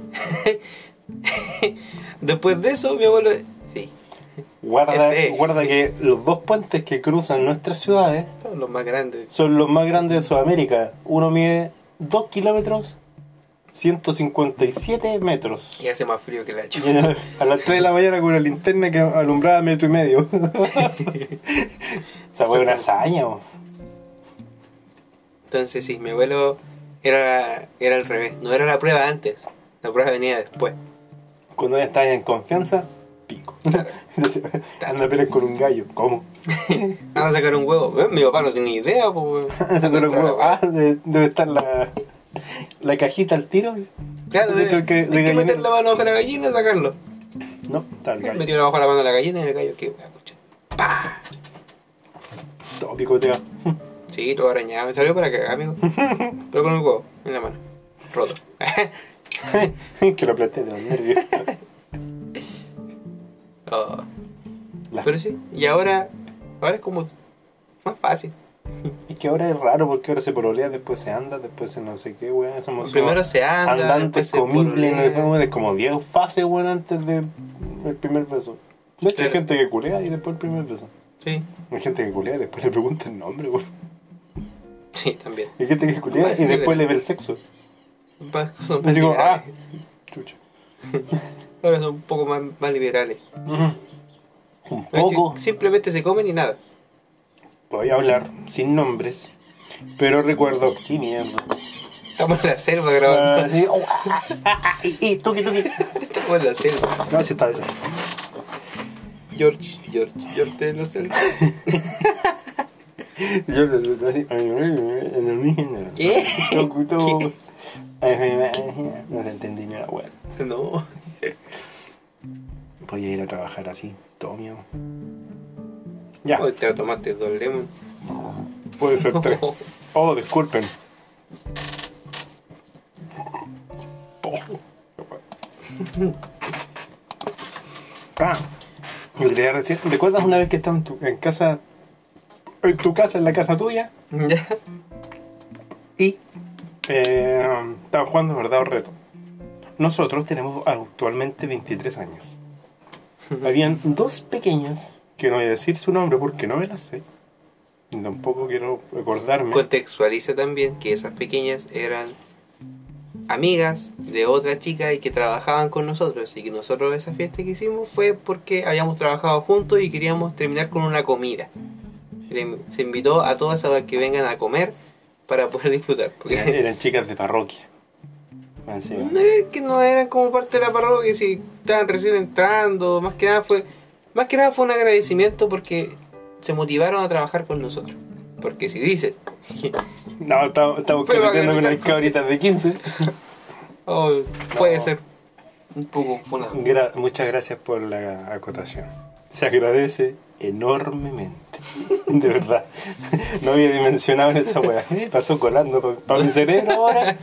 Speaker 3: Después de eso, mi abuelo. Sí,
Speaker 4: Guarda,
Speaker 3: Este-
Speaker 4: guarda que los dos puentes que cruzan nuestras ciudades
Speaker 3: todos los más grandes.
Speaker 4: son los más grandes de Sudamérica. Uno mide 2 kilómetros, 157 metros.
Speaker 3: Y hace más frío que la
Speaker 4: Y
Speaker 3: chucha.
Speaker 4: A las 3 de la mañana con una linterna que alumbraba metro y medio. Esa fue una hazaña. bo.
Speaker 3: Entonces sí, mi abuelo era, era al revés. No era la prueba antes. La prueba venía después.
Speaker 4: Cuando ya estás en confianza, pico. Anda a pelear con un gallo. ¿Cómo?
Speaker 3: Van a sacar un huevo. Eh, Mi papá no tenía idea, pues. weón.
Speaker 4: Anda a sacar un huevo. Ah, de- debe estar la, La cajita al tiro.
Speaker 3: Claro, de,
Speaker 4: Dentro
Speaker 3: hay
Speaker 4: del que- del
Speaker 3: que
Speaker 4: gallinero.
Speaker 3: meter la mano bajo la gallina y sacarlo.
Speaker 4: No, tal
Speaker 3: Metió
Speaker 4: gallo.
Speaker 3: Metió la bajo la mano a la gallina y el gallo, qué wea, coche.
Speaker 4: Todo picoteado.
Speaker 3: Sí, todo arañado. Me salió para cagar, amigo. Pero con un huevo en la mano. Roto.
Speaker 4: que lo planteé de los nervios.
Speaker 3: Oh. Pero sí, y ahora, ahora es como más fácil.
Speaker 4: Es que ahora es raro porque ahora se pololea, después se anda, después se no sé qué, weón. Somos
Speaker 3: Primero
Speaker 4: somos
Speaker 3: se anda, después
Speaker 4: Andantes,
Speaker 3: se
Speaker 4: comibles,
Speaker 3: pololea.
Speaker 4: después weón, es como 10 fases, weón, antes del primer beso. De hecho, hay
Speaker 3: Claro.
Speaker 4: gente que culea y después el primer beso.
Speaker 3: Sí.
Speaker 4: Hay gente que culea y después le pregunta el nombre, weón.
Speaker 3: Sí, también.
Speaker 4: Hay gente que culea y después le ve el sexo.
Speaker 3: Pa- Son
Speaker 4: Y
Speaker 3: más
Speaker 4: digo,
Speaker 3: liberales.
Speaker 4: ah, chucha.
Speaker 3: Ahora son un poco más, más liberales.
Speaker 4: Un
Speaker 3: Es que
Speaker 4: poco.
Speaker 3: Simplemente se comen y nada.
Speaker 4: Voy a hablar sin nombres, pero recuerdo. ¡Qué mierda!
Speaker 3: Estamos en la selva grabando.
Speaker 4: Ah, sí. Oh, ah, ah, ah, y- y, tuqui, tuqui.
Speaker 3: Estamos en la selva.
Speaker 4: No, sí está bien.
Speaker 3: George, George, George de la selva.
Speaker 4: Yo lo- lo- lo- así, en el mismo.
Speaker 3: ¿Qué?
Speaker 4: No, justo- Ay, ay, ay, No te entendí ni una wea.
Speaker 3: No.
Speaker 4: Voy a ir a trabajar así, todo mío. Ya.
Speaker 3: Hoy te tomaste dos lemon.
Speaker 4: Puede ser tres. Oh, disculpen. Oh, Ah, me quería decir, ¿recuerdas una vez que estaba en tu en casa, en tu casa, en la casa tuya? y eh, estaba jugando verdad o reto. Nosotros tenemos actualmente 23 años. Habían dos pequeñas, que no voy a decir su nombre porque no me la sé, y tampoco quiero recordarme.
Speaker 3: Contextualiza también que esas pequeñas eran amigas de otra chica y que trabajaban con nosotros. Y que nosotros esa fiesta que hicimos fue porque habíamos trabajado juntos y queríamos terminar con una comida. Le- Se invitó a todas a que vengan a comer para poder disfrutar. Porque
Speaker 4: Eran, eran chicas de parroquia. Así,
Speaker 3: No es que no eran como parte de la parroquia, si estaban recién entrando, más que nada fue más que nada fue un agradecimiento porque se motivaron a trabajar con nosotros. Porque si dices,
Speaker 4: No, estamos, estamos
Speaker 3: Pero
Speaker 4: carreteando con
Speaker 3: acá-
Speaker 4: las cabritas de 15.
Speaker 3: oh, puede ser un poco funado.
Speaker 4: Gra- muchas gracias por la acotación. Se agradece enormemente. De verdad. No había dimensionado en esa weá. Eh, Pasó colando para mi cerebro ahora.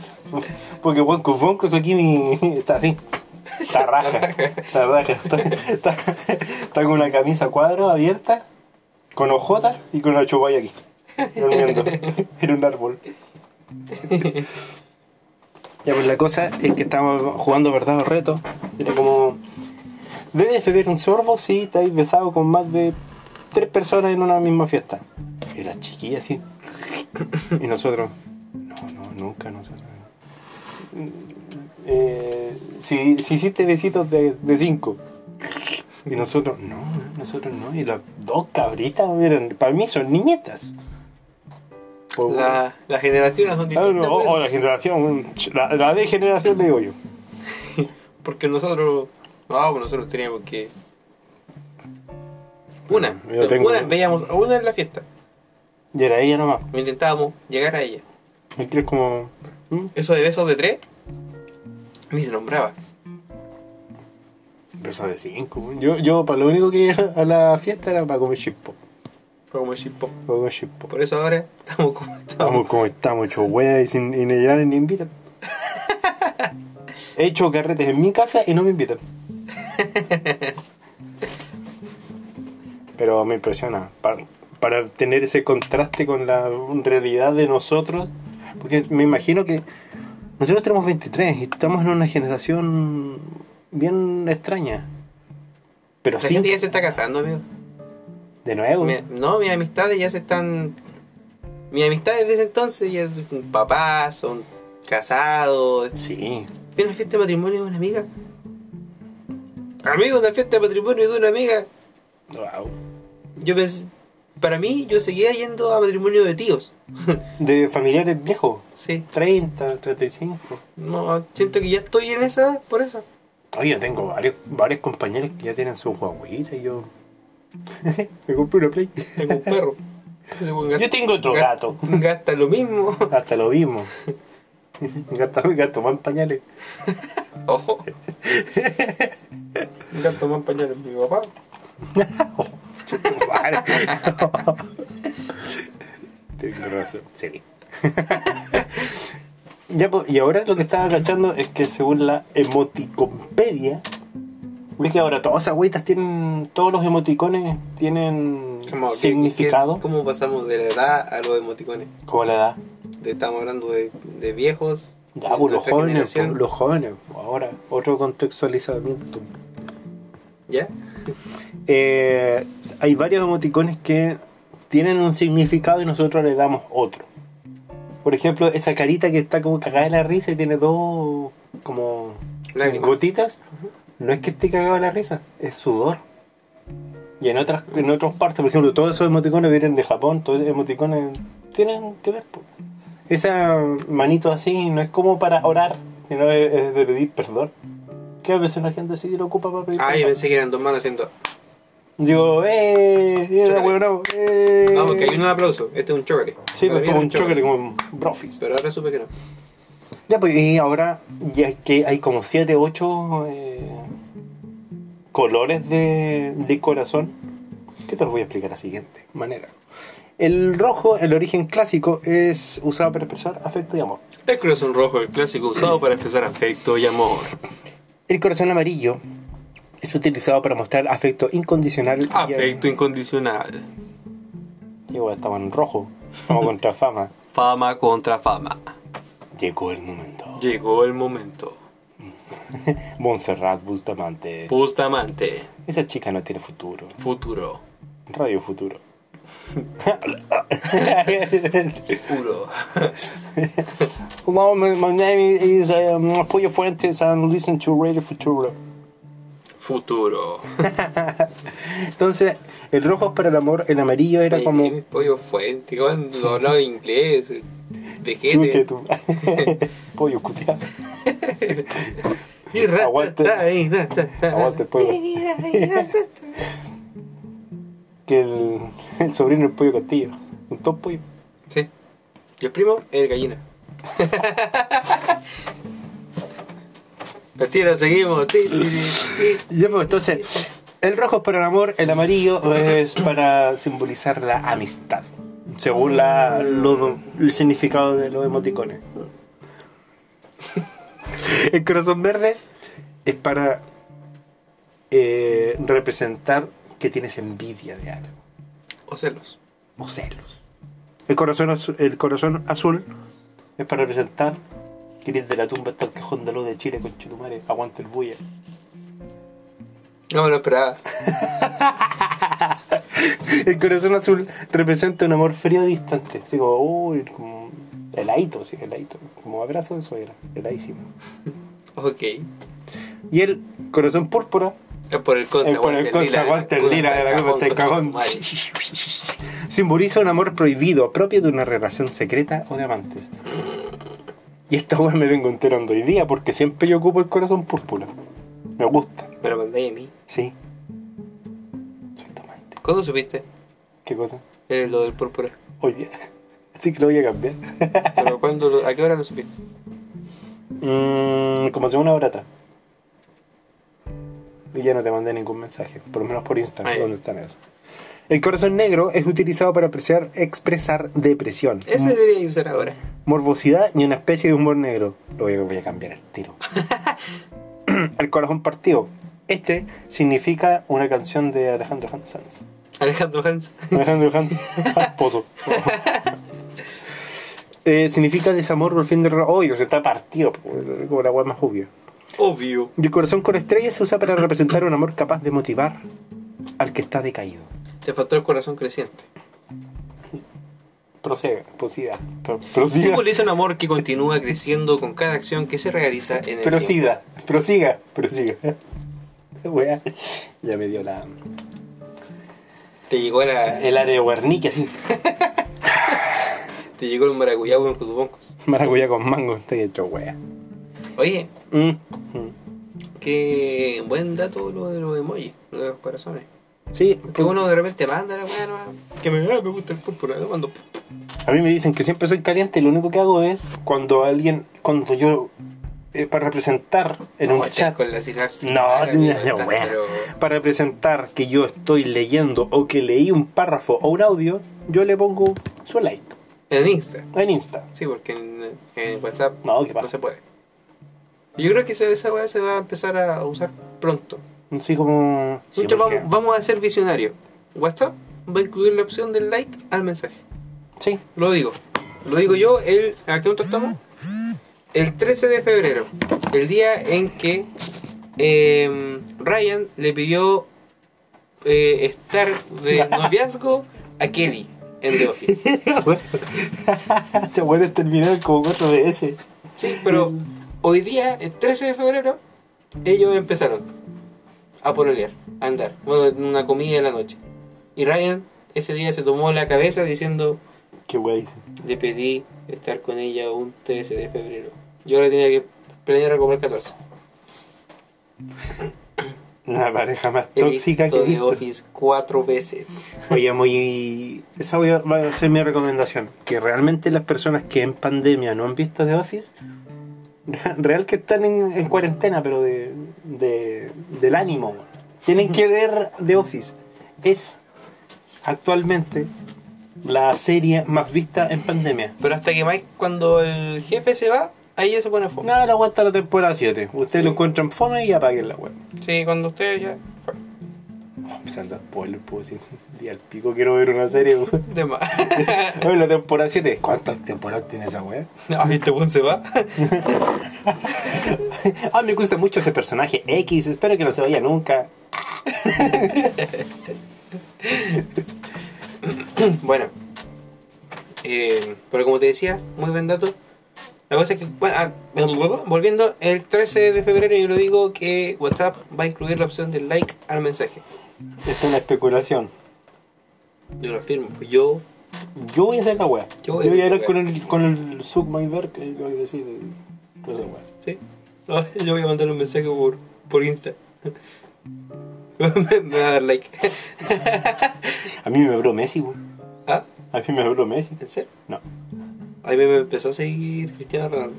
Speaker 4: Porque Juan Boncos aquí mi, está así. Está raja. Está raja. Está, está- está con una camisa cuadro abierta, con ojota y con la chubaya aquí. Durmiendo. En un árbol. Ya, pues la cosa es que estábamos jugando verdad o reto. Era como. Debes pedir un sorbo si te habéis besado con más de tres personas en una misma fiesta. Y las chiquillas así. Y nosotros. No, no, nunca, nosotros. Eh, si, si hiciste besitos de, de cinco. Y nosotros, no, nosotros no. Y las dos cabritas, miren, para mí son niñetas. Pues,
Speaker 3: La, las generaciones son
Speaker 4: Ah,
Speaker 3: distintas.
Speaker 4: no, o,
Speaker 3: bueno,
Speaker 4: o la generación, la, la de generación le digo yo. oh.
Speaker 3: Porque nosotros, no, pues nosotros teníamos que una,
Speaker 4: Ah, yo tengo-
Speaker 3: una veíamos a una en la fiesta,
Speaker 4: Y era ella nomás.
Speaker 3: intentábamos llegar a ella.
Speaker 4: Y que es como, ¿Mm?
Speaker 3: Eso de besos de tres ni se nombraba.
Speaker 4: beso de cinco. weón. Yo, yo para lo único que iba a la fiesta era para comer chispo.
Speaker 3: Fue como decir, po.
Speaker 4: Para comer chispo.
Speaker 3: Por eso ahora estamos como
Speaker 4: Estamos como estamos, hecho wea y sin y ni llegan ni invitan. He hecho carretes en mi casa y no me invitan. Pero me impresiona. pa- Para, tener ese contraste con la realidad de nosotros. Porque me imagino que nosotros tenemos 23 y estamos en una generación bien extraña. Pero
Speaker 3: La
Speaker 4: sí,
Speaker 3: gente ya se está casando, amigo.
Speaker 4: de nuevo.
Speaker 3: Mi- no, mis amistades ya se están. Mis amistades desde entonces ya son papás, son casados.
Speaker 4: Sí.
Speaker 3: Fui a una fiesta de matrimonio de una amiga. Amigo, una fiesta de matrimonio de una amiga.
Speaker 4: Wow.
Speaker 3: Yo pensé. Para mí, yo seguía yendo a matrimonio de tíos.
Speaker 4: De familiares viejos.
Speaker 3: Sí.
Speaker 4: 30, 35.
Speaker 3: No, siento que ya estoy en esa, por eso.
Speaker 4: Oye, yo tengo varios, varios compañeros que ya tienen sus guaguitas y yo. Me compré una play.
Speaker 3: Tengo un perro. Ese buen gato.
Speaker 4: Yo tengo otro gato.
Speaker 3: Gasta lo mismo.
Speaker 4: Hasta lo mismo. Gato, gato man pañales.
Speaker 3: Ojo.
Speaker 4: Gato man pañales, mi papá. Tienes razón. Sí. Ya, pues, y ahora lo que estaba agachando es que según la emoticompedia, ves que ahora todas esas agüitas tienen, todos los emoticones tienen
Speaker 3: Como, ¿qué-
Speaker 4: significado.
Speaker 3: qué- ¿Cómo pasamos de la edad a los emoticones?
Speaker 4: ¿Cómo la edad?
Speaker 3: De- Estamos hablando de, de viejos.
Speaker 4: Ya, pues,
Speaker 3: de
Speaker 4: los
Speaker 3: nuestra
Speaker 4: jóvenes,
Speaker 3: generación.
Speaker 4: pues, los jóvenes, pues, ahora, otro contextualizamiento.
Speaker 3: ¿Ya?
Speaker 4: Eh, hay varios emoticones que tienen un significado y nosotros le damos otro. Por ejemplo, esa carita que está como cagada de la risa y tiene dos como
Speaker 3: Lágrimas.
Speaker 4: gotitas, no es que esté cagada de la risa, es sudor. Y en otras en otras partes, por ejemplo, todos esos emoticones vienen de Japón, todos esos emoticones tienen que ver. po. Esa manito así no es como para orar, sino es, es de pedir perdón. Que a veces la gente sí lo ocupa para pedir
Speaker 3: Ah, yo
Speaker 4: perdón.
Speaker 3: pensé que eran dos manos haciendo.
Speaker 4: Digo, ¡eh! ¡Mira,
Speaker 3: Chócale.
Speaker 4: huevonao, ¡Eh!
Speaker 3: No, porque hay Ah, un aplauso. Este es un chocale.
Speaker 4: Sí,
Speaker 3: Para
Speaker 4: pues
Speaker 3: mí
Speaker 4: como
Speaker 3: era
Speaker 4: un chócale, como un brofis.
Speaker 3: Pero ahora supe que no.
Speaker 4: Ya, pues, y ahora ya es que hay como 7, 8 colores de, de corazón. Que te los voy a explicar de la siguiente manera. El rojo, el origen clásico, es usado para expresar afecto y amor.
Speaker 3: El corazón rojo, el clásico usado para expresar afecto y amor.
Speaker 4: El corazón amarillo es utilizado para mostrar afecto incondicional.
Speaker 3: Afecto incondicional.
Speaker 4: Y, Igual estaba en rojo, como contra fama.
Speaker 3: Fama contra fama.
Speaker 4: Llegó el momento.
Speaker 3: Llegó el momento.
Speaker 4: Montserrat Bustamante.
Speaker 3: Bustamante.
Speaker 4: Esa chica no tiene futuro.
Speaker 3: Futuro.
Speaker 4: Radio Futuro.
Speaker 3: Futuro.
Speaker 4: Hello, my, my name is um, Pollo Fuentes and listen to Radio Futuro.
Speaker 3: Futuro.
Speaker 4: Entonces, el rojo es para el amor, el amarillo era como...
Speaker 3: Pollo Fuente, con lo hablaba de inglés. eh,
Speaker 4: Chuche
Speaker 3: Vejete.
Speaker 4: tú. pollo cutia.
Speaker 3: Y ra-
Speaker 4: Aguante.
Speaker 3: ta- ta- ta- ta- ta-
Speaker 4: Aguante el pollo. Que el, el sobrino del pollo castillo. Un top pollo.
Speaker 3: Sí. Y el primo es gallina. Mentira, seguimos. Ti, ti, ti, ti.
Speaker 4: Ya, pues, entonces, el rojo es para el amor, el amarillo es para simbolizar la amistad, según la, lo- el significado de los emoticones. El corazón verde es para eh, representar que tienes envidia de algo,
Speaker 3: O celos.
Speaker 4: o celos. El corazón, azu- el corazón azul es para representar que eres de la tumba hasta el cajón de luz de Chile, con Chitumare, aguante el bulla.
Speaker 3: No ah, me lo esperaba.
Speaker 4: El corazón azul representa un amor frío distante. Así como, uy, como heladito, sí, heladito. Como abrazo de suegra, heladísimo.
Speaker 3: Ok.
Speaker 4: Y el corazón púrpura
Speaker 3: Es por el consa.
Speaker 4: es por el consa aguante el lila de la copa del cajón. Simboliza un amor prohibido, propio de una relación secreta o de amantes. Y esta weá me vengo enterando hoy día porque siempre yo ocupo el corazón púrpura. Me gusta,
Speaker 3: Me lo mandé a mí.
Speaker 4: sí.
Speaker 3: ¿Cuándo supiste
Speaker 4: ¿Qué cosa?
Speaker 3: eh, lo del púrpura?
Speaker 4: Hoy día. Así que lo voy a cambiar.
Speaker 3: ¿Pero cuándo lo- ¿A qué hora lo supiste?
Speaker 4: Mm, como hace una hora atrás. Y ya no te mandé ningún mensaje, por lo menos por Instagram,
Speaker 3: Ah, ya.
Speaker 4: ¿dónde están eso? El corazón negro es utilizado para apreciar- expresar depresión,
Speaker 3: Ese
Speaker 4: m-
Speaker 3: debería usar ahora.
Speaker 4: morbosidad y una especie de humor negro. Lo voy a, voy a cambiar el tiro. el corazón partido. Este significa una canción de Alejandro Hans Sanz.
Speaker 3: Alejandro Hans.
Speaker 4: Alejandro Hans, Hans Pozo. Eh, significa desamor por el fin de odio, se está partido, po, como la weá más obvia.
Speaker 3: Obvio.
Speaker 4: Y el corazón con estrellas se usa para representar un amor capaz de motivar al que está decaído.
Speaker 3: Te faltó el corazón creciente.
Speaker 4: Proceda, proceda. pro- Prosiga.
Speaker 3: Simboliza un amor que continúa creciendo con cada acción que se realiza en el tiempo.
Speaker 4: Prosiga, prosiga, prosiga. Weá, Ya me dio la,
Speaker 3: Te llegó la, eh,
Speaker 4: el área de guarnique así.
Speaker 3: te llegó el maracuyá con tus boncos.
Speaker 4: Maracuyá con mango, estoy hecho wea.
Speaker 3: Oye,
Speaker 4: Mm.
Speaker 3: qué buen dato lo de los emojis, lo de los corazones.
Speaker 4: Sí,
Speaker 3: Que uno de repente manda la weá, no, que me, ah, me gusta el púrpura, ¿no? Cuando
Speaker 4: A mí me dicen que siempre soy caliente y lo único que hago es cuando alguien, cuando yo, eh, para representar en
Speaker 3: No,
Speaker 4: un
Speaker 3: te-
Speaker 4: chat.
Speaker 3: con la sinapsis Ah,
Speaker 4: No,
Speaker 3: mala,
Speaker 4: no,
Speaker 3: mira,
Speaker 4: no,
Speaker 3: estás,
Speaker 4: bueno.
Speaker 3: pero-
Speaker 4: Para representar que yo estoy leyendo o que leí un párrafo o un audio, yo le pongo su like.
Speaker 3: En Insta.
Speaker 4: En Insta.
Speaker 3: Sí, porque en, en WhatsApp
Speaker 4: no,
Speaker 3: se puede. Yo creo que esa, esa weá se va a empezar a usar pronto.
Speaker 4: Así como. sí,
Speaker 3: Nosotros
Speaker 4: porque-
Speaker 3: vamos, vamos a ser visionarios. WhatsApp va a incluir la opción del like al mensaje.
Speaker 4: Sí.
Speaker 3: Lo digo. Lo digo yo. El, ¿A qué momento estamos? El 13 de febrero. El día en que eh, Ryan le pidió eh, estar de noviazgo a Kelly en The Office.
Speaker 4: Te vuelves a terminar como 4 ese
Speaker 3: Sí,
Speaker 4: Mm.
Speaker 3: pero hoy día, el 13 de febrero, ellos empezaron a pololear, a andar. Bueno, en una comida en la noche. Y Ryan ese día se tomó la cabeza diciendo...
Speaker 4: Qué guay.
Speaker 3: Le pedí estar con ella un 13 de febrero. Yo ahora tenía que planear a comer 14.
Speaker 4: La pareja más
Speaker 3: He
Speaker 4: tóxica
Speaker 3: visto
Speaker 4: que he
Speaker 3: The
Speaker 4: visto.
Speaker 3: Office cuatro veces.
Speaker 4: Oye, muy... Esa voy a- va a ser mi recomendación. Que realmente las personas que en pandemia no han visto The Office, real que están en, en cuarentena, pero de, de- del ánimo. Tienen que ver The Office. Es actualmente la serie más vista en pandemia.
Speaker 3: Pero hasta que Mike, cuando el jefe se va, ahí ya se pone fome.
Speaker 4: Nada, la aguanta la temporada 7. Ustedes lo encuentran fome y apaguen la web.
Speaker 3: Sí, cuando usted ya...
Speaker 4: Empezando a spoiler, puedo decir. Día al pico quiero ver una serie.
Speaker 3: De más.
Speaker 4: Oye, la temporada 7. ¿Cuántas temporadas tiene esa web?
Speaker 3: No, este buen se va.
Speaker 4: Ah, me gusta mucho ese personaje X, espero que no se vaya nunca.
Speaker 3: bueno, eh, pero como te decía, muy buen dato. La cosa es que, bueno, ah, volviendo, el 13 de febrero yo lo digo que WhatsApp va a incluir la opción del like al mensaje.
Speaker 4: Esta es la especulación.
Speaker 3: Yo lo afirmo. pues Yo,
Speaker 4: Yo voy a hacer la wea. Yo voy, a
Speaker 3: hacer la
Speaker 4: hablar
Speaker 3: wea.
Speaker 4: con el, con el Zuck Mayberg y le voy a decir. eh, toda esa wea.
Speaker 3: ¿sí? Ah, Yo voy a mandar un mensaje por, por Insta. me, me va a dar like.
Speaker 4: A mí me habló Messi, güey.
Speaker 3: ¿Ah?
Speaker 4: A mí me habló Messi.
Speaker 3: ¿En serio?
Speaker 4: No.
Speaker 3: A mí me empezó a seguir Cristiano Ronaldo.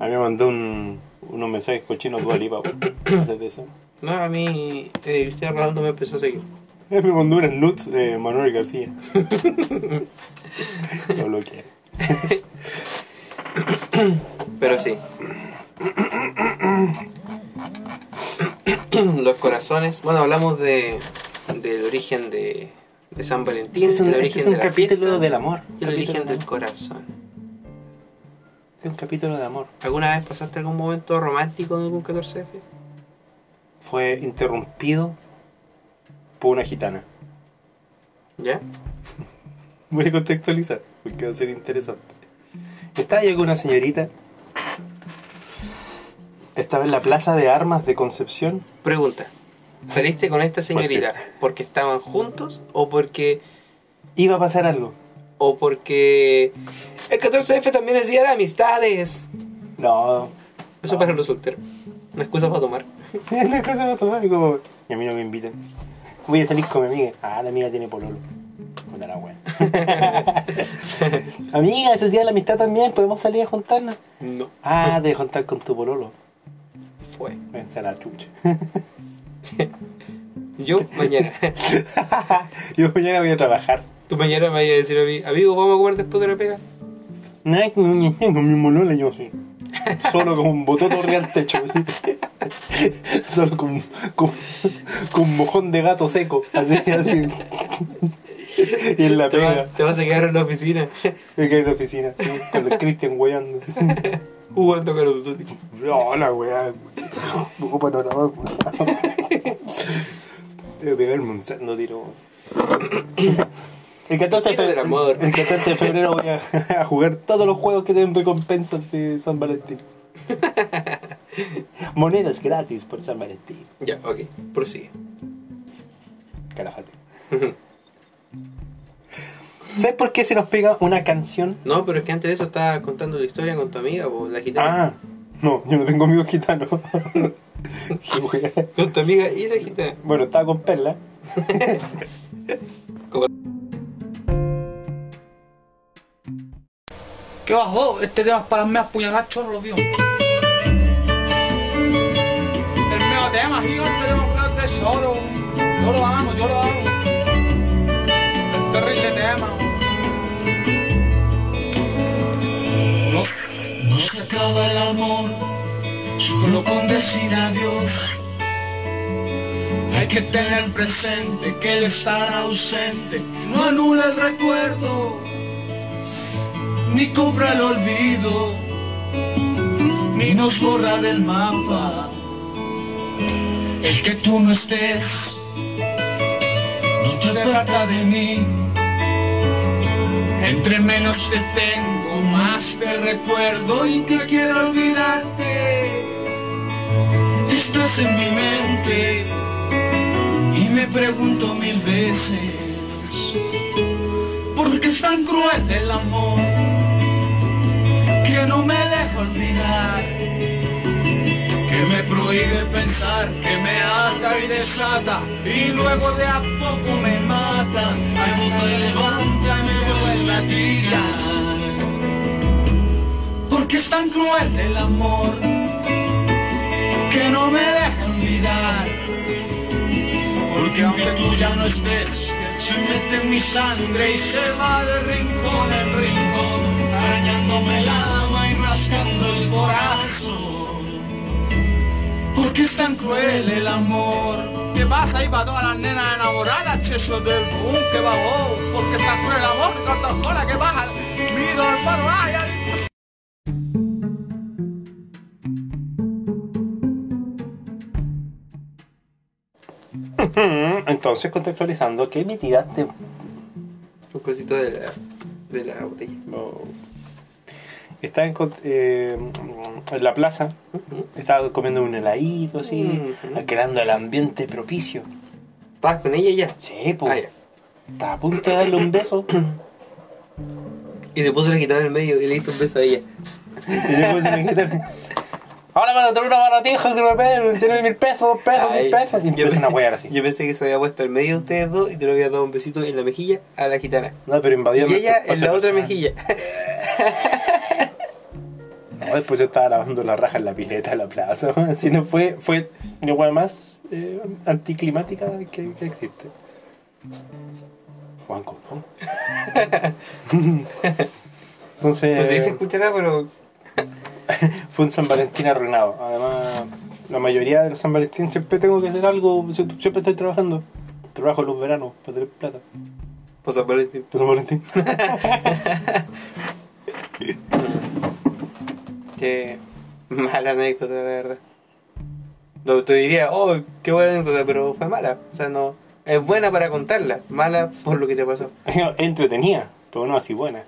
Speaker 4: A mí me mandó un, unos mensajes cochinos de Alipa, güey. Antes de eso.
Speaker 3: No, a mí eh, Cristiano Ronaldo me empezó a seguir.
Speaker 4: Eh, Me mandó unas nudes de Manuel García. Lo bloqueé.
Speaker 3: Pero sí. Los corazones. Bueno, hablamos de, del origen de, de San Valentín.
Speaker 4: Este es un-
Speaker 3: el
Speaker 4: este
Speaker 3: origen
Speaker 4: es un
Speaker 3: de la
Speaker 4: capítulo
Speaker 3: fiesta
Speaker 4: del amor.
Speaker 3: Y el
Speaker 4: Capítulo
Speaker 3: origen
Speaker 4: del
Speaker 3: del corazón.
Speaker 4: Es un capítulo de amor.
Speaker 3: ¿Alguna vez pasaste algún momento romántico en algún 14F?
Speaker 4: Fue interrumpido por una gitana.
Speaker 3: ¿Ya?
Speaker 4: Voy a contextualizar, porque va a ser interesante. Estaba yo con una señorita. Estaba en la plaza de armas de Concepción.
Speaker 3: Pregunta. ¿Saliste con esta señorita porque estaban juntos o porque...
Speaker 4: Iba a pasar algo.
Speaker 3: O porque... El 14F también es día de amistades.
Speaker 4: No.
Speaker 3: Eso
Speaker 4: Ah.
Speaker 3: para los solteros. Una excusa para tomar.
Speaker 4: Una cosa automática. Y a mí no me invitan. Voy a salir con mi amiga. Ah, la amiga tiene pololo. Puta la wea. amiga, es el día de la amistad también. Podemos salir a juntarnos.
Speaker 3: No.
Speaker 4: Ah, de juntar con tu pololo.
Speaker 3: Fue.
Speaker 4: Vence a la chucha.
Speaker 3: Yo mañana.
Speaker 4: Yo mañana voy a trabajar.
Speaker 3: Tú mañana me vas a decir a mí, amigo, vamos a comer después de la pega.
Speaker 4: No, no, no, no, con mi molola yo sí. Solo con un botón real al techo, así. Solo con, con, con un mojón de gato seco, así, así. Y en la
Speaker 3: Te,
Speaker 4: pega,
Speaker 3: vas- te vas a quedar en la oficina
Speaker 4: me quedé en la oficina, así, con el Cristian weyando.
Speaker 3: jugando con los Duty.
Speaker 4: Hola, weá. Me ocupa no grabar, weá. Debo pegarme un sendo tiro. El 14, de
Speaker 3: Tiro del amor.
Speaker 4: febrero, el 14 de febrero voy a, a jugar todos los juegos que tienen recompensas de San Valentín. Monedas gratis por San Valentín.
Speaker 3: Ya, ok, prosigue.
Speaker 4: Calafate. ¿Sabes por qué se nos pega una canción?
Speaker 3: No, pero es que antes de eso estaba contando tu historia con tu amiga o la gitana.
Speaker 4: Ah, no, yo no tengo amigos gitanos. Qué weá.
Speaker 3: Con tu amiga y la gitana.
Speaker 4: bueno, estaba con Perla.
Speaker 6: ¿Qué vas vos? Este te vas para las meas puñaladas, chorro, tío. El meo tema, yo queremos hablar de tesoro. Yo lo amo, yo lo amo. El terrible tema.
Speaker 14: No, no se acaba el amor, solo con decir adiós. Hay que tener presente que el estar ausente no anula el recuerdo, ni cubra el olvido, ni nos borra del mapa. El que tú no estés no se trata de mí. Entre menos te tengo, más te recuerdo y que quiero olvidarte. Estás en mi mente y me pregunto mil veces por qué es tan cruel el amor que no me deja olvidar, que me prohíbe pensar, que me ata y desata y luego de a poco me mata. Ay, no me levanta y me vuelve a tirar. ¿Por qué es tan cruel el amor que no me deja olvidar? Porque aunque tú ya no estés, se mete en mi sangre y se va de rincón en rincón, arañándome el alma y rascando el corazón. ¿Por qué es tan cruel el amor?
Speaker 6: ¿Qué pasa ahí para todas las nenas enamoradas, cheso del boom? ¿Qué va vos? Porque está cruel el amor, corta que baja. Mi ídolo, hermano, ay, ay.
Speaker 4: Mm, Entonces, contextualizando, ¿qué me tiraste?
Speaker 3: Un cosito de la, de la botella.
Speaker 4: Estaba en, cont- eh, en la plaza, estaba comiendo un heladito, así, creando el ambiente propicio.
Speaker 3: ¿Estabas con ella ya?
Speaker 4: Sí, pues. Estaba a punto de darle un beso.
Speaker 3: Y se puso la guitarra en el medio y le diste un beso a ella.
Speaker 4: Y se puso la guitarra. Ahora van a tener una baratija que me piden, tiene mil pesos, dos pesos, mil pesos. Y empiezan a huear así.
Speaker 3: Yo pensé que se había puesto en medio de ustedes dos y te lo había dado un besito en la mejilla a la gitana.
Speaker 4: No, pero invadieron
Speaker 3: Y
Speaker 4: nuestro
Speaker 3: ella en
Speaker 4: espacio
Speaker 3: la otra
Speaker 4: personal.
Speaker 3: mejilla.
Speaker 4: No, después pues yo estaba lavando la raja en la pileta de la plaza. Así no fue, fue la hueá más eh, anticlimática que, que existe. Juanco, ¿no? Entonces.
Speaker 3: No sé si se escuchará, pero
Speaker 4: fue un San Valentín arruinado. Además, la mayoría de los San Valentín siempre tengo que hacer algo, sie- siempre estoy trabajando. Trabajo los veranos para tener plata.
Speaker 3: Por San Valentín.
Speaker 4: Por San Valentín.
Speaker 3: que mala anécdota, la verdad. No, te diría, oh, qué buena anécdota, pero fue mala. O sea, no. Es buena para contarla, mala por lo que te pasó.
Speaker 4: Entretenida, pero no así buena.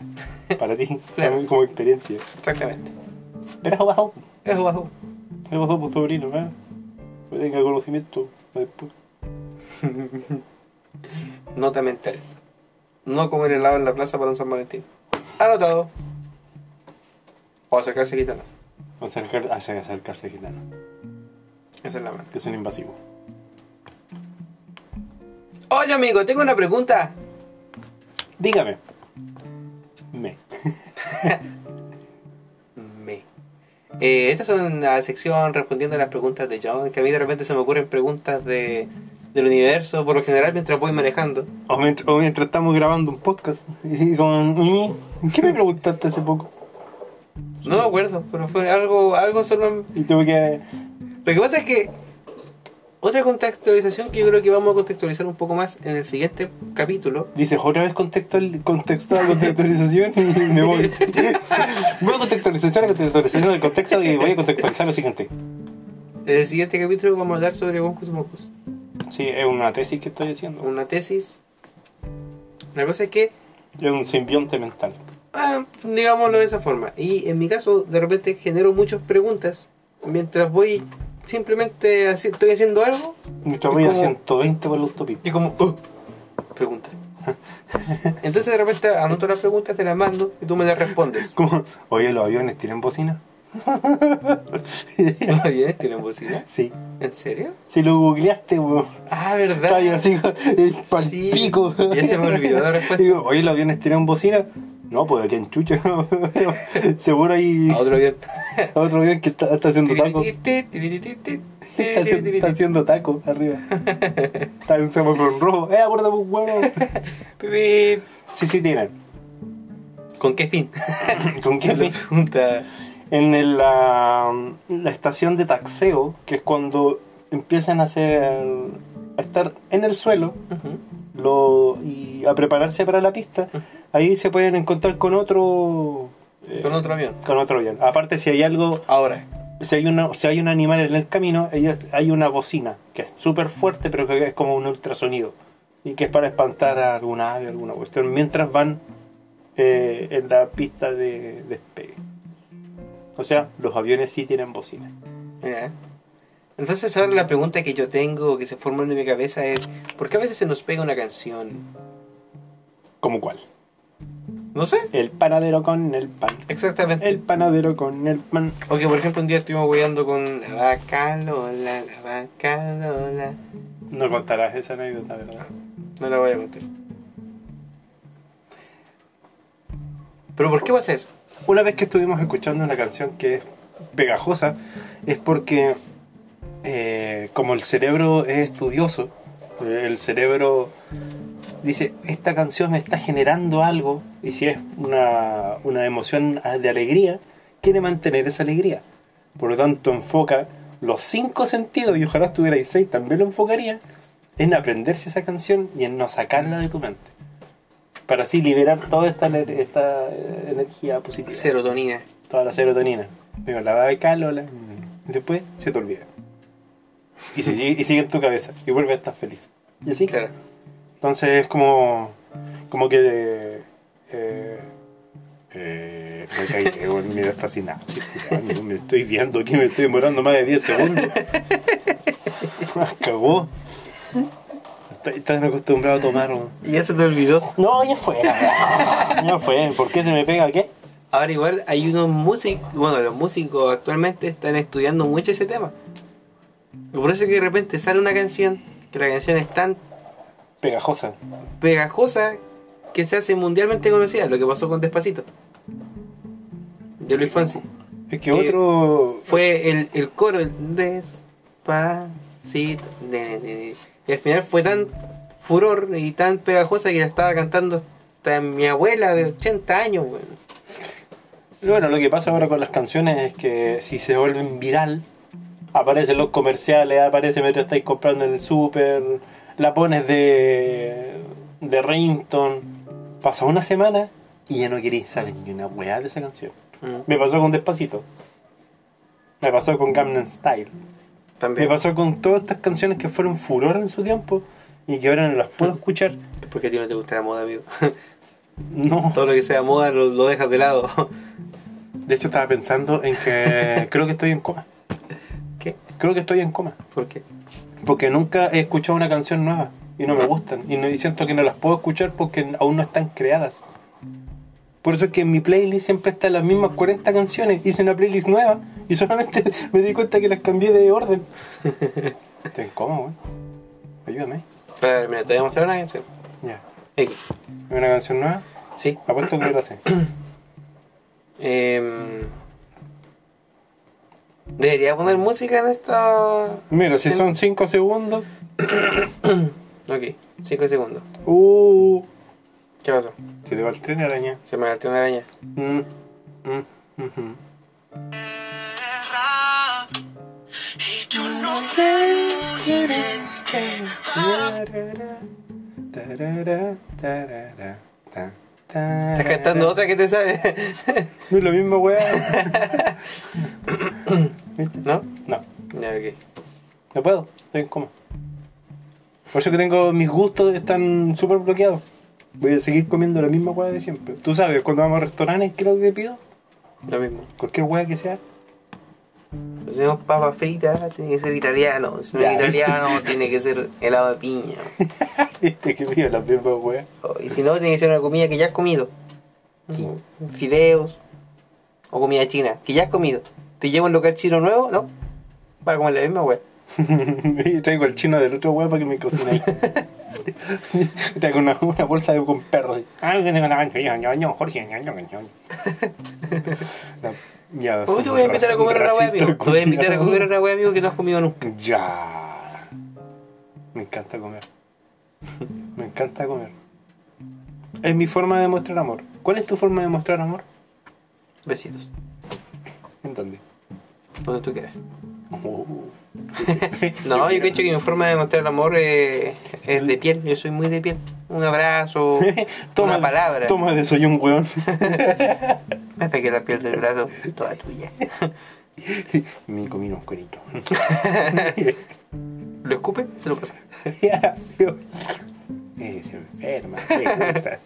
Speaker 4: Para ti, para mí como experiencia.
Speaker 3: Exactamente.
Speaker 4: Pero bajo.
Speaker 3: Es bajo.
Speaker 4: Es bajo por sobrino, ¿eh? Que tenga conocimiento para después.
Speaker 3: Nota mental. No comer helado en la plaza para un San Valentín. Anotado. O acercarse a gitanos.
Speaker 4: Acercar, hacer- acercarse a gitano.
Speaker 3: Esa es la mano.
Speaker 4: Que es un invasivo.
Speaker 3: Oye, amigo, tengo una pregunta.
Speaker 4: Dígame. Me.
Speaker 3: Me. Eh, esta es una sección respondiendo a las preguntas de John, que a mí de repente se me ocurren preguntas de, del universo, por lo general mientras voy manejando.
Speaker 4: O mientras, o mientras estamos grabando un podcast. Y con. "Mm, ¿Qué me preguntaste hace poco?
Speaker 3: No me acuerdo, pero fue algo, algo solo...
Speaker 4: Y tuve que...
Speaker 3: Lo que pasa es que otra contextualización que yo creo que vamos a contextualizar un poco más en el siguiente capítulo.
Speaker 4: Dices otra vez contextual, contextual, contextualización y me voy. Voy a contextualizar, contextualización del contexto y voy a contextualizar lo siguiente.
Speaker 3: En el siguiente capítulo vamos a hablar sobre Wonkus Mocus.
Speaker 4: Sí, es una tesis que estoy haciendo.
Speaker 3: Una tesis. La cosa es que
Speaker 4: Es un simbionte mental.
Speaker 3: Ah, digámoslo de esa forma. Y en mi caso, de repente genero muchas preguntas mientras voy simplemente haci- estoy haciendo algo
Speaker 4: Mucho voy a
Speaker 3: ¿Cómo?
Speaker 4: 120 por la autopista.
Speaker 3: y como "Oh", pregunta. Entonces de repente anoto las preguntas, te las mando y tú me las respondes.
Speaker 4: Como, oye, los aviones tienen bocina.
Speaker 3: ¿Los aviones tienen bocina?
Speaker 4: Sí.
Speaker 3: ¿En serio?
Speaker 4: Si lo googleaste, weón.
Speaker 3: Ah, verdad.
Speaker 4: Está ahí así, es pal pico.
Speaker 3: Ya se me olvidó la respuesta.
Speaker 4: Digo, oye, los aviones tienen bocina. No, pues aquí en Chucha. Seguro hay.
Speaker 3: Ah,
Speaker 4: A otro bien. A otro bien que está, está haciendo taco. Está, haciendo- está haciendo taco arriba. Está en un semáforo en rojo. ¡Eh, acuérdame un huevo! Sí, sí, tienen.
Speaker 3: ¿Con qué fin?
Speaker 4: ¿Con qué fin? En el, la, la estación de taxeo, que es cuando empiezan a hacer a estar en el suelo lo, y a prepararse para la pista, ahí se pueden encontrar con otro
Speaker 3: Con otro avión.
Speaker 4: con otro avión. Aparte si hay algo ahora, si hay una, si hay un animal en el camino, ellos- hay una bocina que es súper fuerte, pero que es como un ultrasonido y que es para espantar a alguna ave, alguna cuestión, mientras van eh, en la pista de despegue. O sea, los aviones sí tienen bocina.
Speaker 3: Mira. Entonces ahora la pregunta que yo tengo, que se formula en mi cabeza es, ¿por qué a veces se nos pega una canción?
Speaker 4: ¿Como cuál?
Speaker 3: No sé.
Speaker 4: El panadero con el pan.
Speaker 3: Exactamente.
Speaker 4: El panadero con el pan.
Speaker 3: Ok, por ejemplo, un día estuvimos guiando con la vaca Lola, la vaca Lola.
Speaker 4: No contarás esa anécdota, ¿verdad?
Speaker 3: No la voy a contar. ¿Pero por qué pasa eso?
Speaker 4: Una vez que estuvimos escuchando una canción que es pegajosa, es porque eh, como el cerebro es estudioso, eh, el cerebro dice, esta canción me está generando algo, y si es una, una emoción de alegría, quiere mantener esa alegría. Por lo tanto, enfoca los cinco sentidos, y ojalá estuvierais seis, también lo enfocaría, en aprenderse esa canción y en no sacarla de tu mente. Para así liberar toda esta, ener- esta eh, energía positiva.
Speaker 3: Serotonina.
Speaker 4: Toda la serotonina. Digo, la va a becar, Lola. Y después se te olvida. Y, se sigue, y sigue en tu cabeza. Y vuelve a estar feliz. Y así. Claro. Entonces es como. Como que. de- eh, eh, me caí, weón, mira esta sinapsis, weón, Me estoy viendo aquí, me estoy demorando más de 10 segundos. Ah, Cagó. Estoy tan acostumbrado a tomar.
Speaker 3: ¿Ya se te olvidó?
Speaker 4: No, ya fue. Ya fue. ¿Por qué se me pega? ¿Qué?
Speaker 3: Ahora igual hay unos músicos, bueno, los músicos actualmente están estudiando mucho ese tema. Y Por eso es que de repente sale una canción, que la canción es tan
Speaker 4: Pegajosa.
Speaker 3: pegajosa que se hace mundialmente conocida, lo que pasó con Despacito. De Luis Fonsi.
Speaker 4: Es que
Speaker 3: Eh,
Speaker 4: otro.
Speaker 3: Fue el, el coro, el Despacito. de- de- de. Y al final fue tan furor y tan pegajosa que la estaba cantando hasta mi abuela de 80 años, weón.
Speaker 4: Bueno, lo que pasa ahora con las canciones es que si se vuelven viral, aparecen los comerciales, aparece mientras estáis comprando en el súper, la pones de, de Rington, pasa una semana y ya no queréis saber ni una weá de esa canción.
Speaker 3: Mm.
Speaker 4: Me pasó con Despacito, me pasó con Gangnam Style,
Speaker 3: También.
Speaker 4: me pasó con todas estas canciones que fueron furor en su tiempo y que ahora no las puedo escuchar.
Speaker 3: Porque a ti no te gusta la moda, amigo.
Speaker 4: No.
Speaker 3: Todo lo que sea moda lo, lo dejas de lado.
Speaker 4: De hecho, estaba pensando en que creo que estoy en coma.
Speaker 3: ¿Qué?
Speaker 4: Creo que estoy en coma.
Speaker 3: ¿Por qué?
Speaker 4: Porque nunca he escuchado una canción nueva y no me gustan. Y, no, y siento que no las puedo escuchar porque aún no están creadas. Por eso es que en mi playlist siempre están las mismas 40 canciones. Hice una playlist nueva y solamente me di cuenta que las cambié de orden. Estoy en coma, weón. Ayúdame.
Speaker 3: Pero, mira, te voy a mostrar una canción.
Speaker 4: Ya.
Speaker 3: X.
Speaker 4: ¿Hay una canción nueva?
Speaker 3: Sí.
Speaker 4: Apuesto que la sé.
Speaker 3: Em, Debería poner música en esta.
Speaker 4: Mira, si son 5 segundos.
Speaker 3: Ok, 5 segundos.
Speaker 4: Uh,
Speaker 3: ¿Qué pasó?
Speaker 4: se te va el tren araña.
Speaker 3: Se me galteó una araña.
Speaker 4: Mm, mm, ujú.
Speaker 13: Yo no sé quién es.
Speaker 4: Tarara, tarara, ta, ta.
Speaker 3: Estás cantando otra que te sabe.
Speaker 4: No es lo mismo, weá.
Speaker 3: ¿No?
Speaker 4: No.
Speaker 3: Ya, ok.
Speaker 4: No puedo, estoy en coma. Por eso que tengo mis gustos están súper bloqueados. Voy a seguir comiendo la misma hueá de siempre. Tú sabes, cuando vamos a restaurantes, ¿qué es lo que pido?
Speaker 3: Lo mismo.
Speaker 4: Cualquier hueá que sea.
Speaker 3: Hacemos papa frita, tiene que ser italiano. Si no
Speaker 4: Ya.
Speaker 3: es italiano, tiene que ser helado de piña.
Speaker 4: Viste que pido las mismas hueá.
Speaker 3: Y si no, tiene que ser una comida que ya has comido. Fideos. O comida china, que ya has comido. ¿Te llevo un local chino nuevo? No. Va a comer la misma, güey.
Speaker 4: y traigo el chino del otro huevo para que me cocine ahí. Y traigo una, una bolsa de, con perro. Ya,
Speaker 3: Hoy te Oh, voy a invitar a comer a la wea,
Speaker 4: racista,
Speaker 3: amigo. Te voy a invitar a
Speaker 4: culiao.
Speaker 3: comer a la wea, amigo, que no has comido nunca.
Speaker 4: Ya. Me encanta comer. Me encanta comer. Es mi forma de mostrar amor. ¿Cuál es tu forma de mostrar amor?
Speaker 3: Besitos.
Speaker 4: ¿En dónde?
Speaker 3: Donde tú quieras.
Speaker 4: Oh.
Speaker 3: No, yo creo que mi forma de mostrar el amor eh, es de piel. Yo soy muy de piel. Un abrazo, una palabra.
Speaker 4: Toma de soy un weón.
Speaker 3: Hasta que la piel del brazo, toda tuya.
Speaker 4: Me comí un cueritos.
Speaker 3: ¿Lo escupe? Se lo pasa.
Speaker 4: Eres Eh, enferma. ¿qué gustas?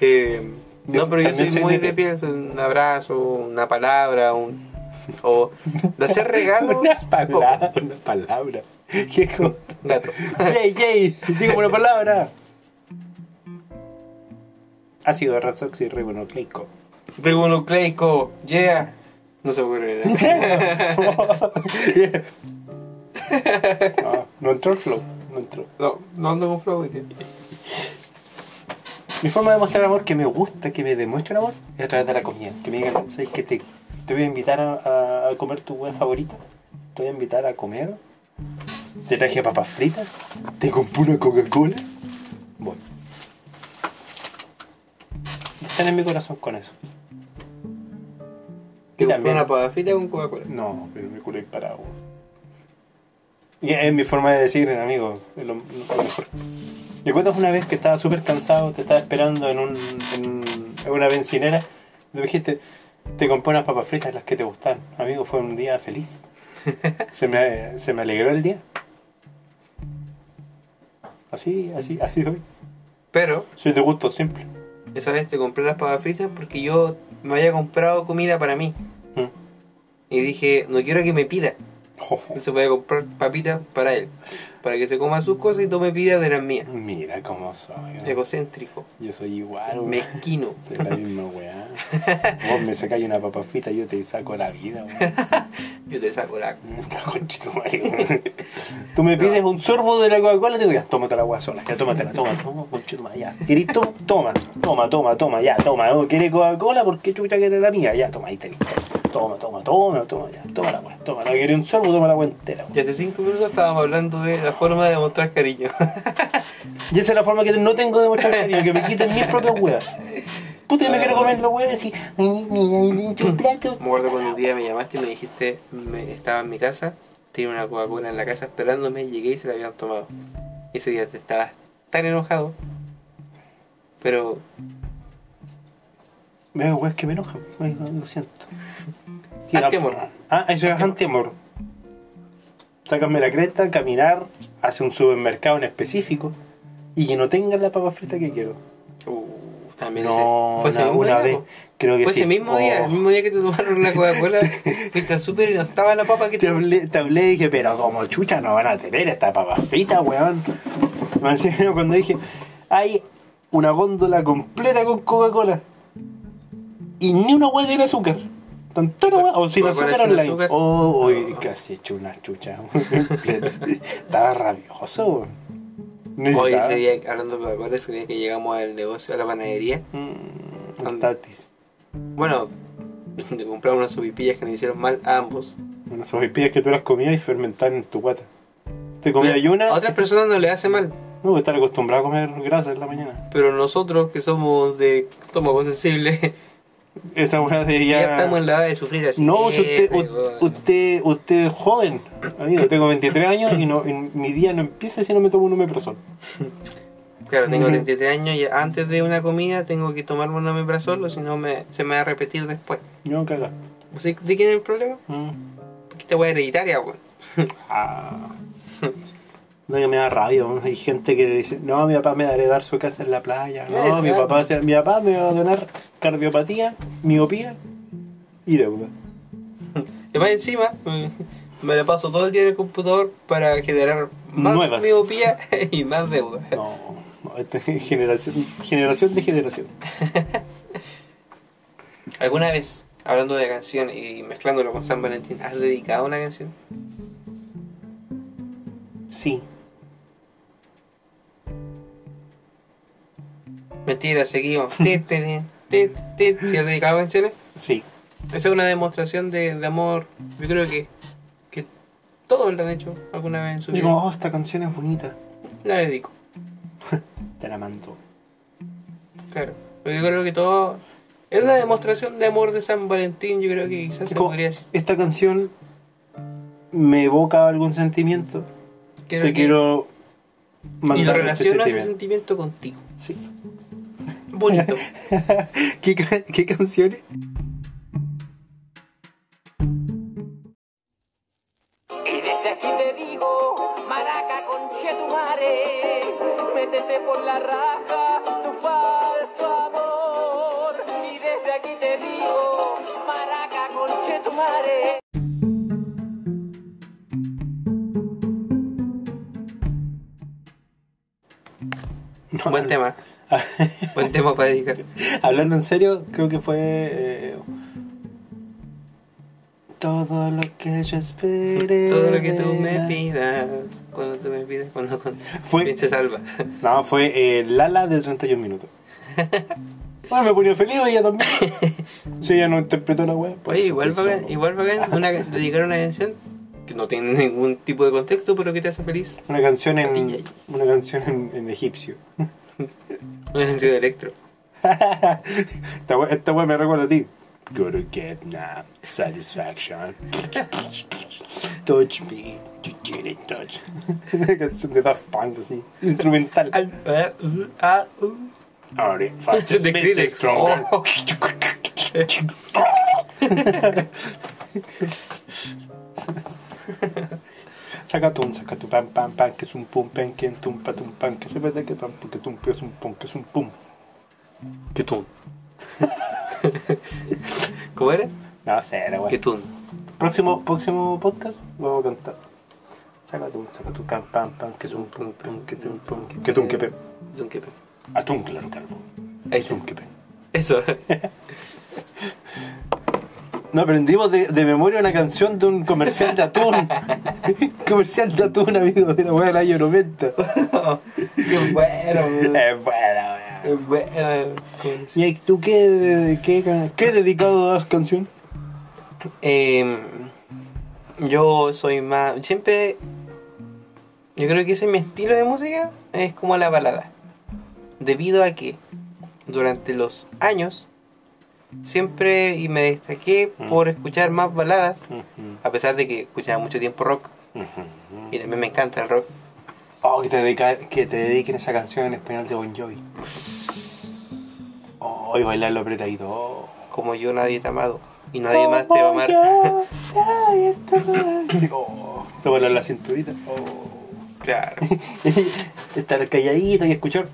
Speaker 3: Eh, no, pero yo
Speaker 4: También
Speaker 3: soy
Speaker 4: soy
Speaker 3: muy
Speaker 4: de
Speaker 3: de piel. Un abrazo, una palabra, un... O de hacer regalos.
Speaker 4: Una palabra. Una palabra. ¿Qué co-
Speaker 3: Gato.
Speaker 4: Yay, yay. Digo una palabra. Ácido razoxirribonucleico.
Speaker 3: Ribonucleico, yeah. No se me ocurre nada.
Speaker 4: Ah, no entró el flow. No entró.
Speaker 3: No, no ando con flow.
Speaker 4: Mi forma de mostrar amor que me gusta, que me demuestra el amor, es a través de la comida. Que me digan, ¿sabes que te, te voy a invitar a, a- a comer tu buen favorito? Te voy a invitar a comer. Te traje papas fritas. Te compré una Coca-Cola. Voy. Están en mi corazón con eso.
Speaker 3: ¿Te compró
Speaker 4: también-
Speaker 3: una padafita con Coca-Cola?
Speaker 4: No, pero me culé para agua. Y es mi forma de decir, amigo, es lo, lo mejor. ¿Me cuentas una vez que estaba súper cansado, te estaba esperando en, un, en, en una bencinera? y Me dijiste, te compré unas papas fritas las que te gustan. Amigo, fue un día feliz. se, me, se me alegró el día. Así, así, así doy.
Speaker 3: Pero
Speaker 4: Soy de gusto simple.
Speaker 3: esa vez te compré las papas fritas porque yo me había comprado comida para mí.
Speaker 4: Mm.
Speaker 3: Y dije, no quiero que me pida. Entonces voy a comprar papitas para él. Para que se coma sus cosas y no me pida de las mías.
Speaker 4: Mira cómo soy.
Speaker 3: Egocéntrico.
Speaker 4: Yo soy igual. weón.
Speaker 3: Mezquino.
Speaker 4: Soy la misma weá. Vos me sacáis una papa frita y yo te saco la vida, weón.
Speaker 3: Yo te saco la...
Speaker 4: Conchetumare, weón. Tú me pides un sorbo de la Coca-Cola y te digo, ya, tómate la agua sola, ya, tómatela, toma, toma, conchetumare, ya. ¿Querés to- Toma, toma, toma, toma, ya, toma. ¿no? ¿Querés Coca-Cola? ¿Por qué chucha querés la mía? Ya, toma, ahí tenés. Toma, toma, toma, toma, ya, toma la agua, toma. ¿No querés un sorbo? Toma la agua entera,
Speaker 3: Y hace cinco minutos estábamos hablando de la forma de mostrar cariño.
Speaker 4: Y esa es la forma que no tengo de mostrar cariño, que me quiten mis propias weas. Puta, yo me quiero comer la wea y decir, "Ay, mira, en tu plato.
Speaker 3: Me acuerdo cuando un día me llamaste y me dijiste, me, estaba en mi casa, tenía una Coca-Cola en la casa esperándome, llegué y se la habían tomado. Ese día te estabas tan enojado, pero
Speaker 4: Veo weas que me enojan, Ay, lo siento.
Speaker 3: antiamor.
Speaker 4: Ah, eso es antiamor. Sácame la cresta, caminar hacia un supermercado en específico y que no tengas la papa frita que quiero.
Speaker 3: Uh, también
Speaker 4: No,
Speaker 3: ese- fue ese
Speaker 4: una-
Speaker 3: mismo
Speaker 4: una
Speaker 3: día,
Speaker 4: vez,
Speaker 3: po.
Speaker 4: creo que
Speaker 3: Fue
Speaker 4: sí.
Speaker 3: ese mismo día,
Speaker 4: Oh.
Speaker 3: el mismo día que te tomaron la Coca-Cola, fuiste al súper y no estaba la papa que
Speaker 4: Te hablé, te hablé y dije, pero como chucha no van a tener esta papa frita, weón. Me enseñó cuando dije, hay una góndola completa con Coca-Cola. Y ni una hueá tiene azúcar. Tanto una hueá, o sin
Speaker 3: Coca-Cola
Speaker 4: azúcar
Speaker 3: sin
Speaker 4: online.
Speaker 3: azúcar.
Speaker 4: Oh, uy, casi hecho una chucha. completa. Estaba rabioso, weón.
Speaker 3: Hoy
Speaker 4: Necesitaba.
Speaker 3: ese día, hablando de Coca-Cola, ese día que llegamos al negocio, a la panadería,
Speaker 4: Un tatis.
Speaker 3: bueno, le compramos unas sopipillas que nos hicieron mal a ambos.
Speaker 4: Unas sopaipillas que tú las comías y fermentaban en tu guata. Te comías y una.
Speaker 3: A otras personas no le hace mal,
Speaker 4: No, estar acostumbrado a comer grasa en la mañana.
Speaker 3: pero nosotros que somos de estómago sensible,
Speaker 4: Esa weá de ya.
Speaker 3: ya estamos en la edad de sufrir así. pues,
Speaker 4: No, si usted,
Speaker 3: siempre,
Speaker 4: u- usted, usted es joven, amigo. Tengo 23 años y, no, y mi día no empieza si no me tomo un omeprazol.
Speaker 3: Claro, tengo
Speaker 4: Ujú.
Speaker 3: 33 años y antes de una comida tengo que tomarme un omeprazol o si no me, se me va a repetir después.
Speaker 4: No, caga.
Speaker 3: ¿Sí- ¿De quién es el problema? Porque te voy a hereditaria, pues. weón.
Speaker 4: Ah. No, que me da rabia. ¿no? Hay gente que dice, no, mi papá me va a heredar su casa en la playa. No,
Speaker 3: Eh,
Speaker 4: mi
Speaker 3: claro.
Speaker 4: papá, se- mi papá me va a donar cardiopatía, miopía y deuda.
Speaker 3: Y más encima, mm, me la paso todo el día en el computador para generar más
Speaker 4: Nuevas.
Speaker 3: miopía y más deuda.
Speaker 4: No, no, esta es generación, generación de generación.
Speaker 3: ¿Alguna vez, hablando de canción y mezclándolo con San Valentín, has dedicado una canción?
Speaker 4: Sí.
Speaker 3: Mentira, seguimos. Tit, tit, tit, tit. ¿Sí has dedicado canciones?
Speaker 4: Sí.
Speaker 3: Esa es una demostración de, de amor. Yo creo que, que todos la han hecho alguna vez en su
Speaker 4: Digo,
Speaker 3: vida.
Speaker 4: oh, esta canción es bonita.
Speaker 3: La dedico,
Speaker 4: Te la mando.
Speaker 3: claro. Pero Yo creo que todo. Es una demostración de amor de San Valentín. Yo creo que quizás se
Speaker 4: Digo,
Speaker 3: podría decir.
Speaker 4: Esta canción me evoca algún sentimiento.
Speaker 3: Quiero
Speaker 4: Te
Speaker 3: que-
Speaker 4: quiero
Speaker 3: Y lo
Speaker 4: mandar este
Speaker 3: relaciono a ese
Speaker 4: sentimiento.
Speaker 3: sentimiento contigo.
Speaker 4: Sí.
Speaker 3: Bonito.
Speaker 4: ¿Qué, ca- ¿Qué canciones?
Speaker 15: Y desde aquí te digo, maraca con chetumare, métete por la raja tu falso amor. Y desde aquí te digo, maraca con chetumare.
Speaker 3: Buen tema. Buen tema para dedicar.
Speaker 4: Hablando en serio, creo que fue. eh, todo lo que yo esperé.
Speaker 3: Todo lo que tú
Speaker 4: de
Speaker 3: me
Speaker 4: la-
Speaker 3: pidas. Cuando tú me pides, cuando. cuando
Speaker 4: Fue-
Speaker 3: bien se salva.
Speaker 4: No, fue eh, Lala de 31 minutos. Ah, me ponía feliz ella también. Sí, ella no interpretó la web.
Speaker 3: Oye, igual bacán, igual bacán una, dedicar una canción que no tiene ningún tipo de contexto, pero que te hace feliz.
Speaker 4: Una canción en. Una canción en, en egipcio.
Speaker 3: Una canción de electro.
Speaker 4: Esta wea, esta wea me recuerda a ti. Gotta get now satisfaction. Touch me. You didn't touch. Una canción de Daft Punk así. Instrumental. Ahora,
Speaker 3: Canción de Skrillex. Oh.
Speaker 4: Sacatún, sacatún, pam, pam, pam, que es un pum, pen, que en tum, patum, pan, que se vete, que pam, que tum, que es un pum, que es un pum. Que tum.
Speaker 3: ¿Cómo era?
Speaker 4: No sé, era bueno.
Speaker 3: Que tú.
Speaker 4: Próximo, próximo podcast vamos a cantar. Sacatún, sacatún, pam, pam, pam, que es un pum, pen, que tum, pum, que tum, que pen.
Speaker 3: Tum, que pen.
Speaker 4: Atún, claro, calvo. Atún, que pen.
Speaker 3: Eso.
Speaker 4: No aprendimos de, de memoria una canción de un comercial de atún. comercial de atún, amigo, de la weá del año 90.
Speaker 3: Qué bueno.
Speaker 4: Es bueno,
Speaker 3: Es bueno.
Speaker 4: ¿Y tú qué, qué, qué dedicado a canción?
Speaker 3: Eh, yo soy más. Siempre. Yo creo que ese es mi estilo de música. Es como la balada. Debido a que durante los años. Siempre y me destaqué por escuchar más baladas. A pesar de que escuchaba mucho tiempo rock. Y también me encanta el rock.
Speaker 4: Oh, que te, dedica- que te dediquen esa canción en español de Bon Jovi. Oh, y bailarlo apretadito. Oh.
Speaker 3: Como yo nadie te ha amado. Y nadie más te va a amar.
Speaker 4: Sí, oh. Tomarla en la cinturita. Oh.
Speaker 3: Claro.
Speaker 4: Estar calladito y escuchar.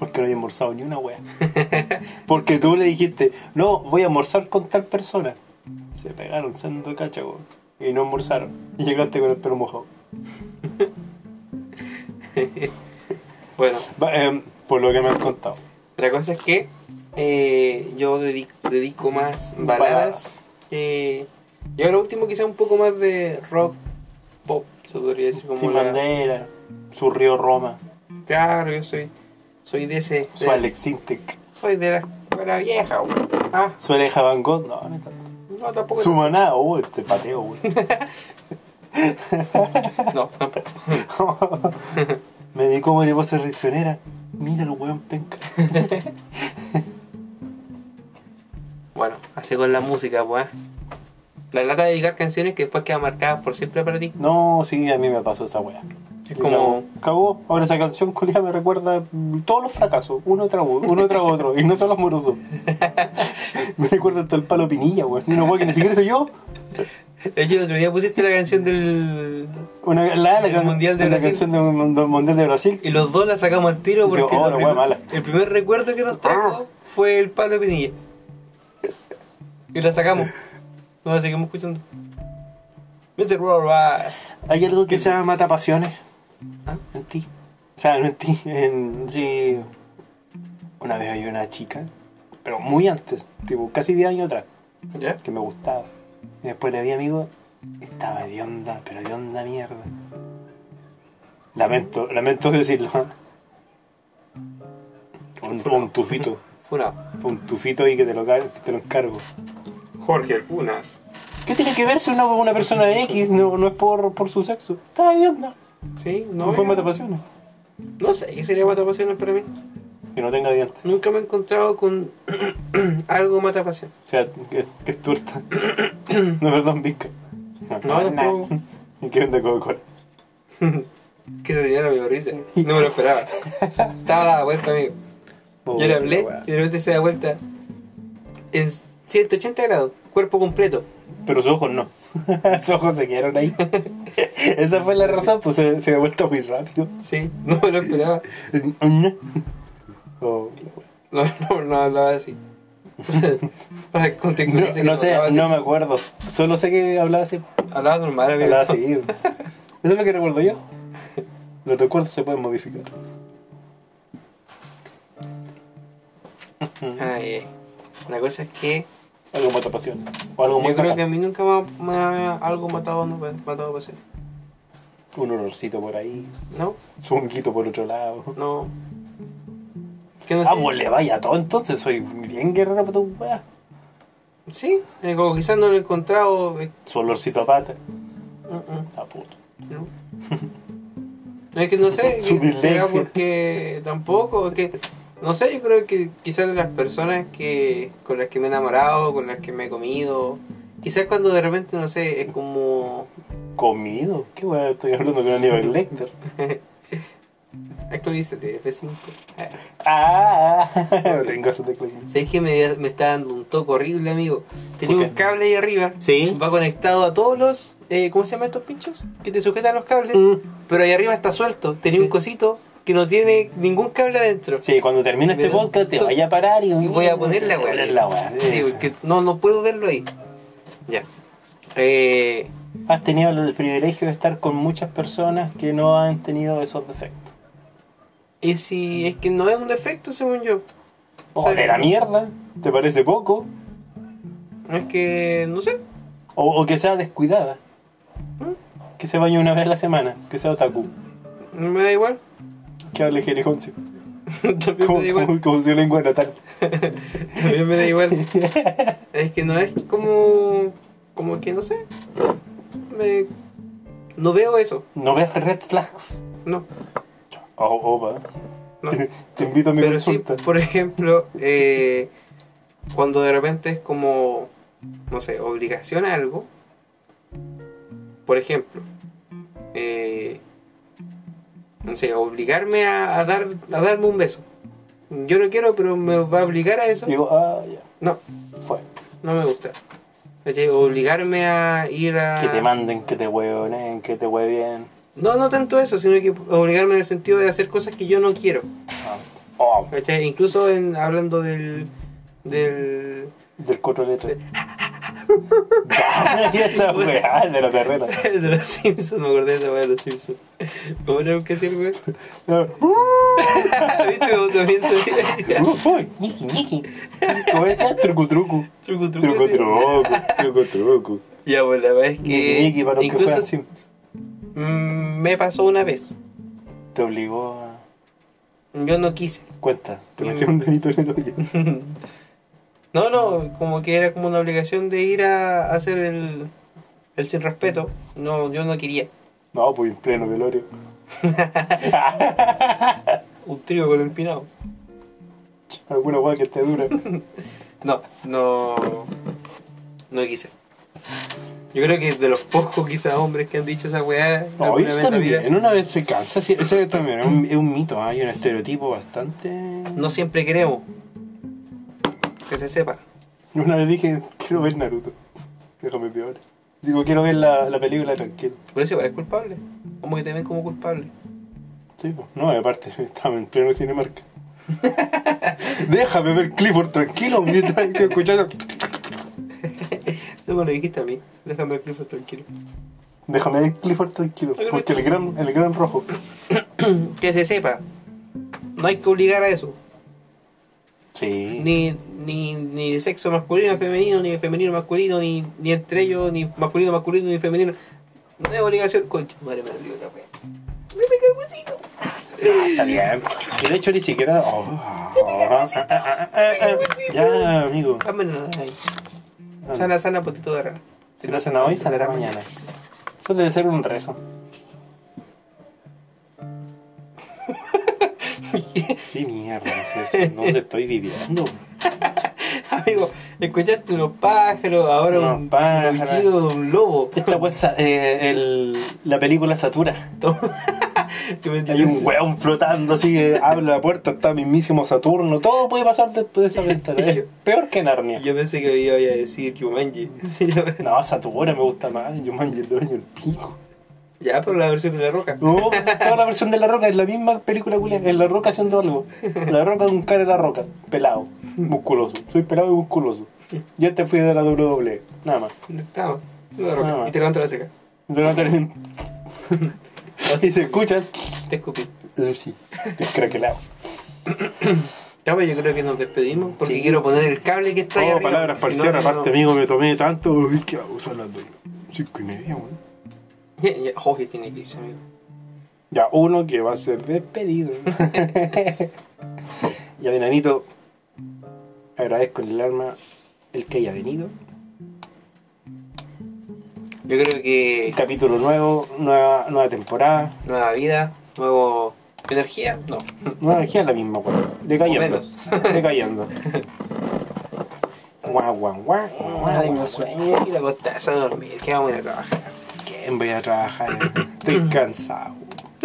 Speaker 4: Porque no había almorzado ni una wea. Porque tú le dijiste, no, voy a almorzar con tal persona. Se pegaron siendo cacha, weón. Y no almorzaron. Y llegaste con el pelo mojado.
Speaker 3: Bueno.
Speaker 4: Va, em, por lo que me han contado.
Speaker 3: La cosa es que eh, yo dedico, dedico más baladas. que yo lo último quizá un poco más de rock pop, se podría decir como
Speaker 4: Sin
Speaker 3: la-
Speaker 4: bandera, su río Roma,
Speaker 3: Claro, yo soy soy de ese
Speaker 4: su
Speaker 3: de-
Speaker 4: Alex Sintek,
Speaker 3: soy de la escuela vieja, güey. Ah,
Speaker 4: su Aleja Van Gogh, no, no tanto.
Speaker 3: no tampoco.
Speaker 4: su maná, oh, este pateo, güey.
Speaker 3: No, tampoco.
Speaker 4: Me vi como mariposa reaccionera. Mira el weón penca.
Speaker 3: Bueno, así con la música, pues. ah. La lata de dedicar canciones que después quedan marcadas por siempre para ti.
Speaker 4: No, sí, a mí me pasó esa wea.
Speaker 3: Es como-
Speaker 4: Cagó, ahora esa canción culia me recuerda todos los fracasos, uno tras uno, uno tras otro, y no solo amoroso. me recuerda hasta el palo pinilla, weón. Una wea que ni siquiera soy yo.
Speaker 3: De hecho, el otro día pusiste la canción del
Speaker 4: Una, la, la,
Speaker 3: Del Mundial de
Speaker 4: la
Speaker 3: Brasil.
Speaker 4: canción del, del Mundial de Brasil.
Speaker 3: Y los dos la sacamos al tiro porque
Speaker 4: oh, la
Speaker 3: lo
Speaker 4: wea
Speaker 3: prim-
Speaker 4: mala. Ah.
Speaker 3: el primer recuerdo que nos trajo fue el Pablo Pinilla. Y la sacamos. No la seguimos escuchando. Mr. Worldwide.
Speaker 4: Hay algo que Ah. se llama mata pasiones. En ti. O sea, no en ti. En, sí. Una vez había una chica, pero muy antes, tipo casi 10 años atrás,
Speaker 3: ¿Ya?
Speaker 4: que me gustaba. Y después le vi amigo Estaba de onda, pero de onda mierda. Lamento, lamento decirlo. ¿eh? Un, un tufito. Un tufito ahí que te lo, ca- que te lo encargo.
Speaker 3: Jorge el Funas.
Speaker 4: ¿Qué tiene que ver si una, una persona X no, no es por, por su sexo? Está de onda.
Speaker 3: Sí,
Speaker 4: No fue matapasiones.
Speaker 3: No sé, ¿qué sería matapasiones para mí?
Speaker 4: Que no tenga dientes.
Speaker 3: Nunca me he encontrado con algo matapasión.
Speaker 4: O sea, que, que es tuerta. no, perdón, Vizca.
Speaker 3: No, tampoco.
Speaker 4: ¿Y qué onda Coca-Cola?
Speaker 3: Que se señora me risa. No me lo esperaba. Estaba dada vuelta, amigo.
Speaker 4: Oh,
Speaker 3: Yo le hablé y de repente se da vuelta en 180 grados, cuerpo completo.
Speaker 4: Pero sus ojos no. sus ojos se quedaron ahí. Esa fue la razón, pues se, se ha vuelto muy rápido.
Speaker 3: Sí, no me lo esperaba.
Speaker 4: Oh,
Speaker 3: No, no, no hablaba así. Para el contexto
Speaker 4: No,
Speaker 3: dice que
Speaker 4: no sé,
Speaker 3: hablaba así.
Speaker 4: no me acuerdo. Solo sé que hablaba así.
Speaker 3: Hablaba normal, amigo.
Speaker 4: Hablaba así. Eso es lo que recuerdo yo. Los recuerdos se pueden modificar.
Speaker 3: Ay, ay. La cosa es que.
Speaker 4: Algo mata pasiones. O algo muy
Speaker 3: Yo creo
Speaker 4: bacán.
Speaker 3: que a mí nunca me, ha- me ha- algo matado, no, matado pasión.
Speaker 4: Un olorcito por ahí.
Speaker 3: ¿No?
Speaker 4: Su honguito por otro lado.
Speaker 3: No.
Speaker 4: ah, pues le vaya a todo entonces. Soy bien guerrero para tu weá.
Speaker 3: Sí, eh, como quizás no lo he encontrado. eh,
Speaker 4: Su olorcito a pata.
Speaker 3: mm, mm,
Speaker 4: A puto.
Speaker 3: no. No, es que no sé,
Speaker 4: Su
Speaker 3: que será
Speaker 4: dislexia.
Speaker 3: porque tampoco, es que no sé, yo creo que quizás de las personas que con las que me he enamorado, con las que me he comido, quizás cuando de repente no sé, es como
Speaker 4: Comido. Qué weá, estoy hablando con Aníbal Lecter.
Speaker 3: actualízate F5.
Speaker 4: Ah, tengo esa tecla. aquí.
Speaker 3: Sabes que me, me está dando un toque horrible, amigo. Tenía
Speaker 4: ¿Por
Speaker 3: un cable ahí arriba.
Speaker 4: Sí.
Speaker 3: Va conectado a todos los. eh, ¿Cómo se llaman estos pinchos? Que te sujetan los cables.
Speaker 4: Mm.
Speaker 3: Pero ahí arriba está suelto. Tenía un cosito que no tiene ningún cable adentro.
Speaker 4: Sí, cuando termine este podcast te vaya a parar y,
Speaker 3: voy a poner la
Speaker 4: Poner
Speaker 3: weá.
Speaker 4: la weá,
Speaker 3: Sí,
Speaker 4: eso.
Speaker 3: porque no, no puedo verlo ahí. Ya. Eh,
Speaker 4: Has tenido el privilegio de estar con muchas personas que no han tenido esos defectos.
Speaker 3: y si es que no es un defecto, según yo.
Speaker 4: O de la mierda, ¿te parece poco?
Speaker 3: Es que, no sé.
Speaker 4: O, o que sea descuidada.
Speaker 3: ¿Mm?
Speaker 4: Que se bañe una vez a la semana, que sea otaku,
Speaker 3: Me da igual.
Speaker 4: que hable jerigoncio.
Speaker 3: También me da igual.
Speaker 4: Como, como su lengua natal.
Speaker 3: También me da igual. es que no es como. Como que no sé. Me- no veo eso.
Speaker 4: ¿No ves red flags?
Speaker 3: No.
Speaker 4: Oh, opa.
Speaker 3: No.
Speaker 4: Te, te invito a mi
Speaker 3: Pero sí,
Speaker 4: consulta.
Speaker 3: por ejemplo, eh, cuando de repente es como. No sé, obligación a algo. Por ejemplo, eh, no sé, obligarme a, a dar, a darme un beso. Yo no quiero, pero me va a obligar a eso.
Speaker 4: Digo, ah, ya.
Speaker 3: No,
Speaker 4: Fue.
Speaker 3: no me gusta. ¿Cachai? Obligarme a ir a.
Speaker 4: Que te manden, que te hueonen, que te huevien.
Speaker 3: No, no tanto eso, sino que obligarme en el sentido de hacer cosas que yo no quiero.
Speaker 4: Oh,
Speaker 3: ¿Cachai? Incluso en, hablando del. del.
Speaker 4: del cuatro letras. y esa weá de la terrera.
Speaker 3: de los Simpsons, me acordé de esa weá de los Simpsons. ¿Cómo era que hacía el weón? ¿Viste cómo también se
Speaker 4: uh, Uy, ñiqui, ñiqui. ¿Cómo es Truco, truco.
Speaker 3: Truco, truco.
Speaker 4: Truco,
Speaker 3: sí.
Speaker 4: truco. Truco, truco.
Speaker 3: Ya, pues la verdad es que.
Speaker 4: Ñiqui, ñiqui, para los que
Speaker 3: incluso
Speaker 4: juegan Sims.
Speaker 3: mm, me pasó una vez.
Speaker 4: Te obligó a.
Speaker 3: Yo no quise.
Speaker 4: Cuenta, te metió un dedito en el hoyo.
Speaker 3: No, no, como que era como una obligación de ir a hacer el, el sin respeto. No, yo no quería.
Speaker 4: No, pues en pleno velorio.
Speaker 3: Un trío con el empinado.
Speaker 4: Alguna weá que te dura.
Speaker 3: No, no. No quise. Yo creo que de los pocos quizás hombres que han dicho esa weá
Speaker 4: No,
Speaker 3: alguna vez
Speaker 4: eso
Speaker 3: en la vida.
Speaker 4: también, una vez se cansa. sí, Ese también es un, es un mito, ¿ah? hay un estereotipo bastante.
Speaker 3: No siempre queremos. Que se sepa.
Speaker 4: Una vez dije, quiero ver Naruto. Déjame peor. Digo, quiero ver la, la película tranquilo.
Speaker 3: Por eso igual es culpable. Como que te ven como culpable.
Speaker 4: Sí, pues. No, y aparte, estaba en pleno Cinemarca. Déjame ver Clifford tranquilo mientras estoy escuchando.
Speaker 3: Eso me lo dijiste a mí. Déjame el Clifford tranquilo.
Speaker 4: Déjame ver Clifford tranquilo. Porque el gran, el gran rojo.
Speaker 3: Que se sepa. No hay que obligar a eso. Ni, ni, ni de sexo masculino, femenino, ni de femenino, masculino, ni, ni entre ellos, ni masculino, masculino, ni femenino. No hay obligación, concha. Madre me abrió la wea.
Speaker 4: Está bien. Y de hecho ni siquiera. oh, ah, ah, ah, ah, ah. Ya, amigo.
Speaker 3: Vámonos de ahí. Sana, sana, pues, potito de rana.
Speaker 4: Si lo hacen hoy, saldrá mañana. Eso debe ser un rezo. ¿Qué mierda es eso? ¿Dónde estoy viviendo?
Speaker 3: Amigo, escuchaste unos pájaros, ahora
Speaker 4: Unos
Speaker 3: un
Speaker 4: pájaros.
Speaker 3: rugido de un lobo.
Speaker 4: Esta pues, eh, el- la película Satura. Hay un weón flotando así, que abre la puerta, está mismísimo Saturno. Todo puede pasar después de esa ventana. Es peor que Narnia.
Speaker 3: Yo pensé que iba a decir Jumanji.
Speaker 4: No, Satura me gusta más. Jumanji el dueño del pico.
Speaker 3: Ya, pero la versión de La Roca.
Speaker 4: No, pues, toda la versión de La Roca es la misma película, Julián. Es La Roca haciendo algo. La Roca es un cara de La Roca. Pelado, musculoso. Soy pelado y musculoso. Yo te fui de la WWE. Nada más.
Speaker 3: Estaba. La
Speaker 4: Nada
Speaker 3: Roca.
Speaker 4: más.
Speaker 3: Y te levanto la seca.
Speaker 4: Durante- Y se escuchan.
Speaker 3: Te escupí.
Speaker 4: Eh, Sí, es craquelado.
Speaker 3: Ya, pues yo creo que nos despedimos porque quiero poner el cable que está ahí
Speaker 4: Oh,
Speaker 3: arriba,
Speaker 4: palabras
Speaker 3: porque si
Speaker 4: parciales,
Speaker 3: no, no-
Speaker 4: aparte, amigo, me tomé tanto. Uy, qué hago, son las dos. Cinco y media, weón.
Speaker 3: Ya, ya, Jorge tiene que irse, amigo.
Speaker 4: Ya, uno que va a ser despedido. ya, enanito, agradezco en el alma el que haya venido.
Speaker 3: Yo creo que.
Speaker 4: Capítulo nuevo, nueva, nueva temporada.
Speaker 3: Nueva vida, nuevo. ¿Energía? No.
Speaker 4: Nueva energía es la misma, weón. Decayendo. Decayendo. Guau, guau, guau.
Speaker 3: Ah, tengo sueño, quiero acostarse a dormir. Que vamos a ir a trabajar.
Speaker 4: ¿Quién voy a trabajar? Estoy cansado.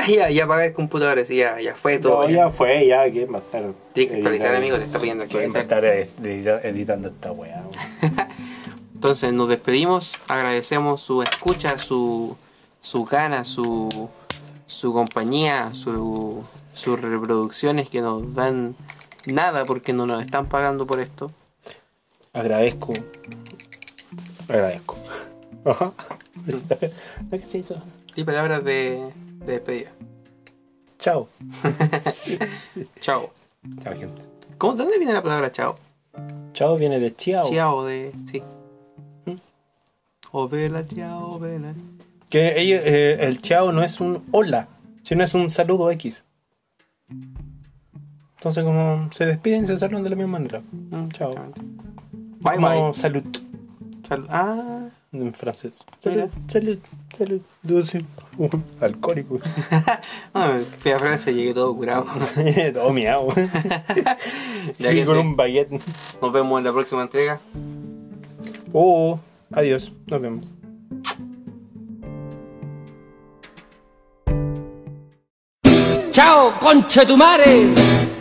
Speaker 3: Ya, ya apagué el computador, así ya, ya fue todo.
Speaker 4: No, ya fue, ya, ¿quién va a estar?
Speaker 3: Tienes que actualizar,
Speaker 4: editando?
Speaker 3: amigo, te está pidiendo
Speaker 4: ¿Quién va a
Speaker 3: actualizar.
Speaker 4: estar edita- editando esta weá?
Speaker 3: Entonces nos despedimos, agradecemos su escucha, su, su gana, su, su compañía, su, sus reproducciones que nos dan nada porque no nos están pagando por esto.
Speaker 4: Agradezco. Agradezco. Ajá. ¿Qué se hizo?
Speaker 3: Y palabras de, de despedida.
Speaker 4: Chao.
Speaker 3: Chao.
Speaker 4: Chao, gente.
Speaker 3: ¿Cómo, ¿De dónde viene la palabra chao?
Speaker 4: Chao viene de Chiao.
Speaker 3: Chao de... sí. ¿Mm? O vela, chao, vela.
Speaker 4: Que ella- eh, el chao no es un hola, sino es un saludo X. Entonces, como se despiden, se saludan de la misma manera. Chao.
Speaker 3: Mm, Bye,
Speaker 4: como
Speaker 3: bye.
Speaker 4: Salud.
Speaker 3: ah.
Speaker 4: En francés.
Speaker 3: Mira.
Speaker 4: Salud, salud, salud. Dulce. Uh, alcohólico.
Speaker 3: Ah, fui a Francia y llegué todo curado.
Speaker 4: Todo miau.
Speaker 3: Ya,
Speaker 4: Y con
Speaker 3: gente.
Speaker 4: un baguette.
Speaker 3: Nos vemos en la próxima entrega.
Speaker 4: Oh, adiós. Nos vemos.
Speaker 16: Chao, conche tu mare.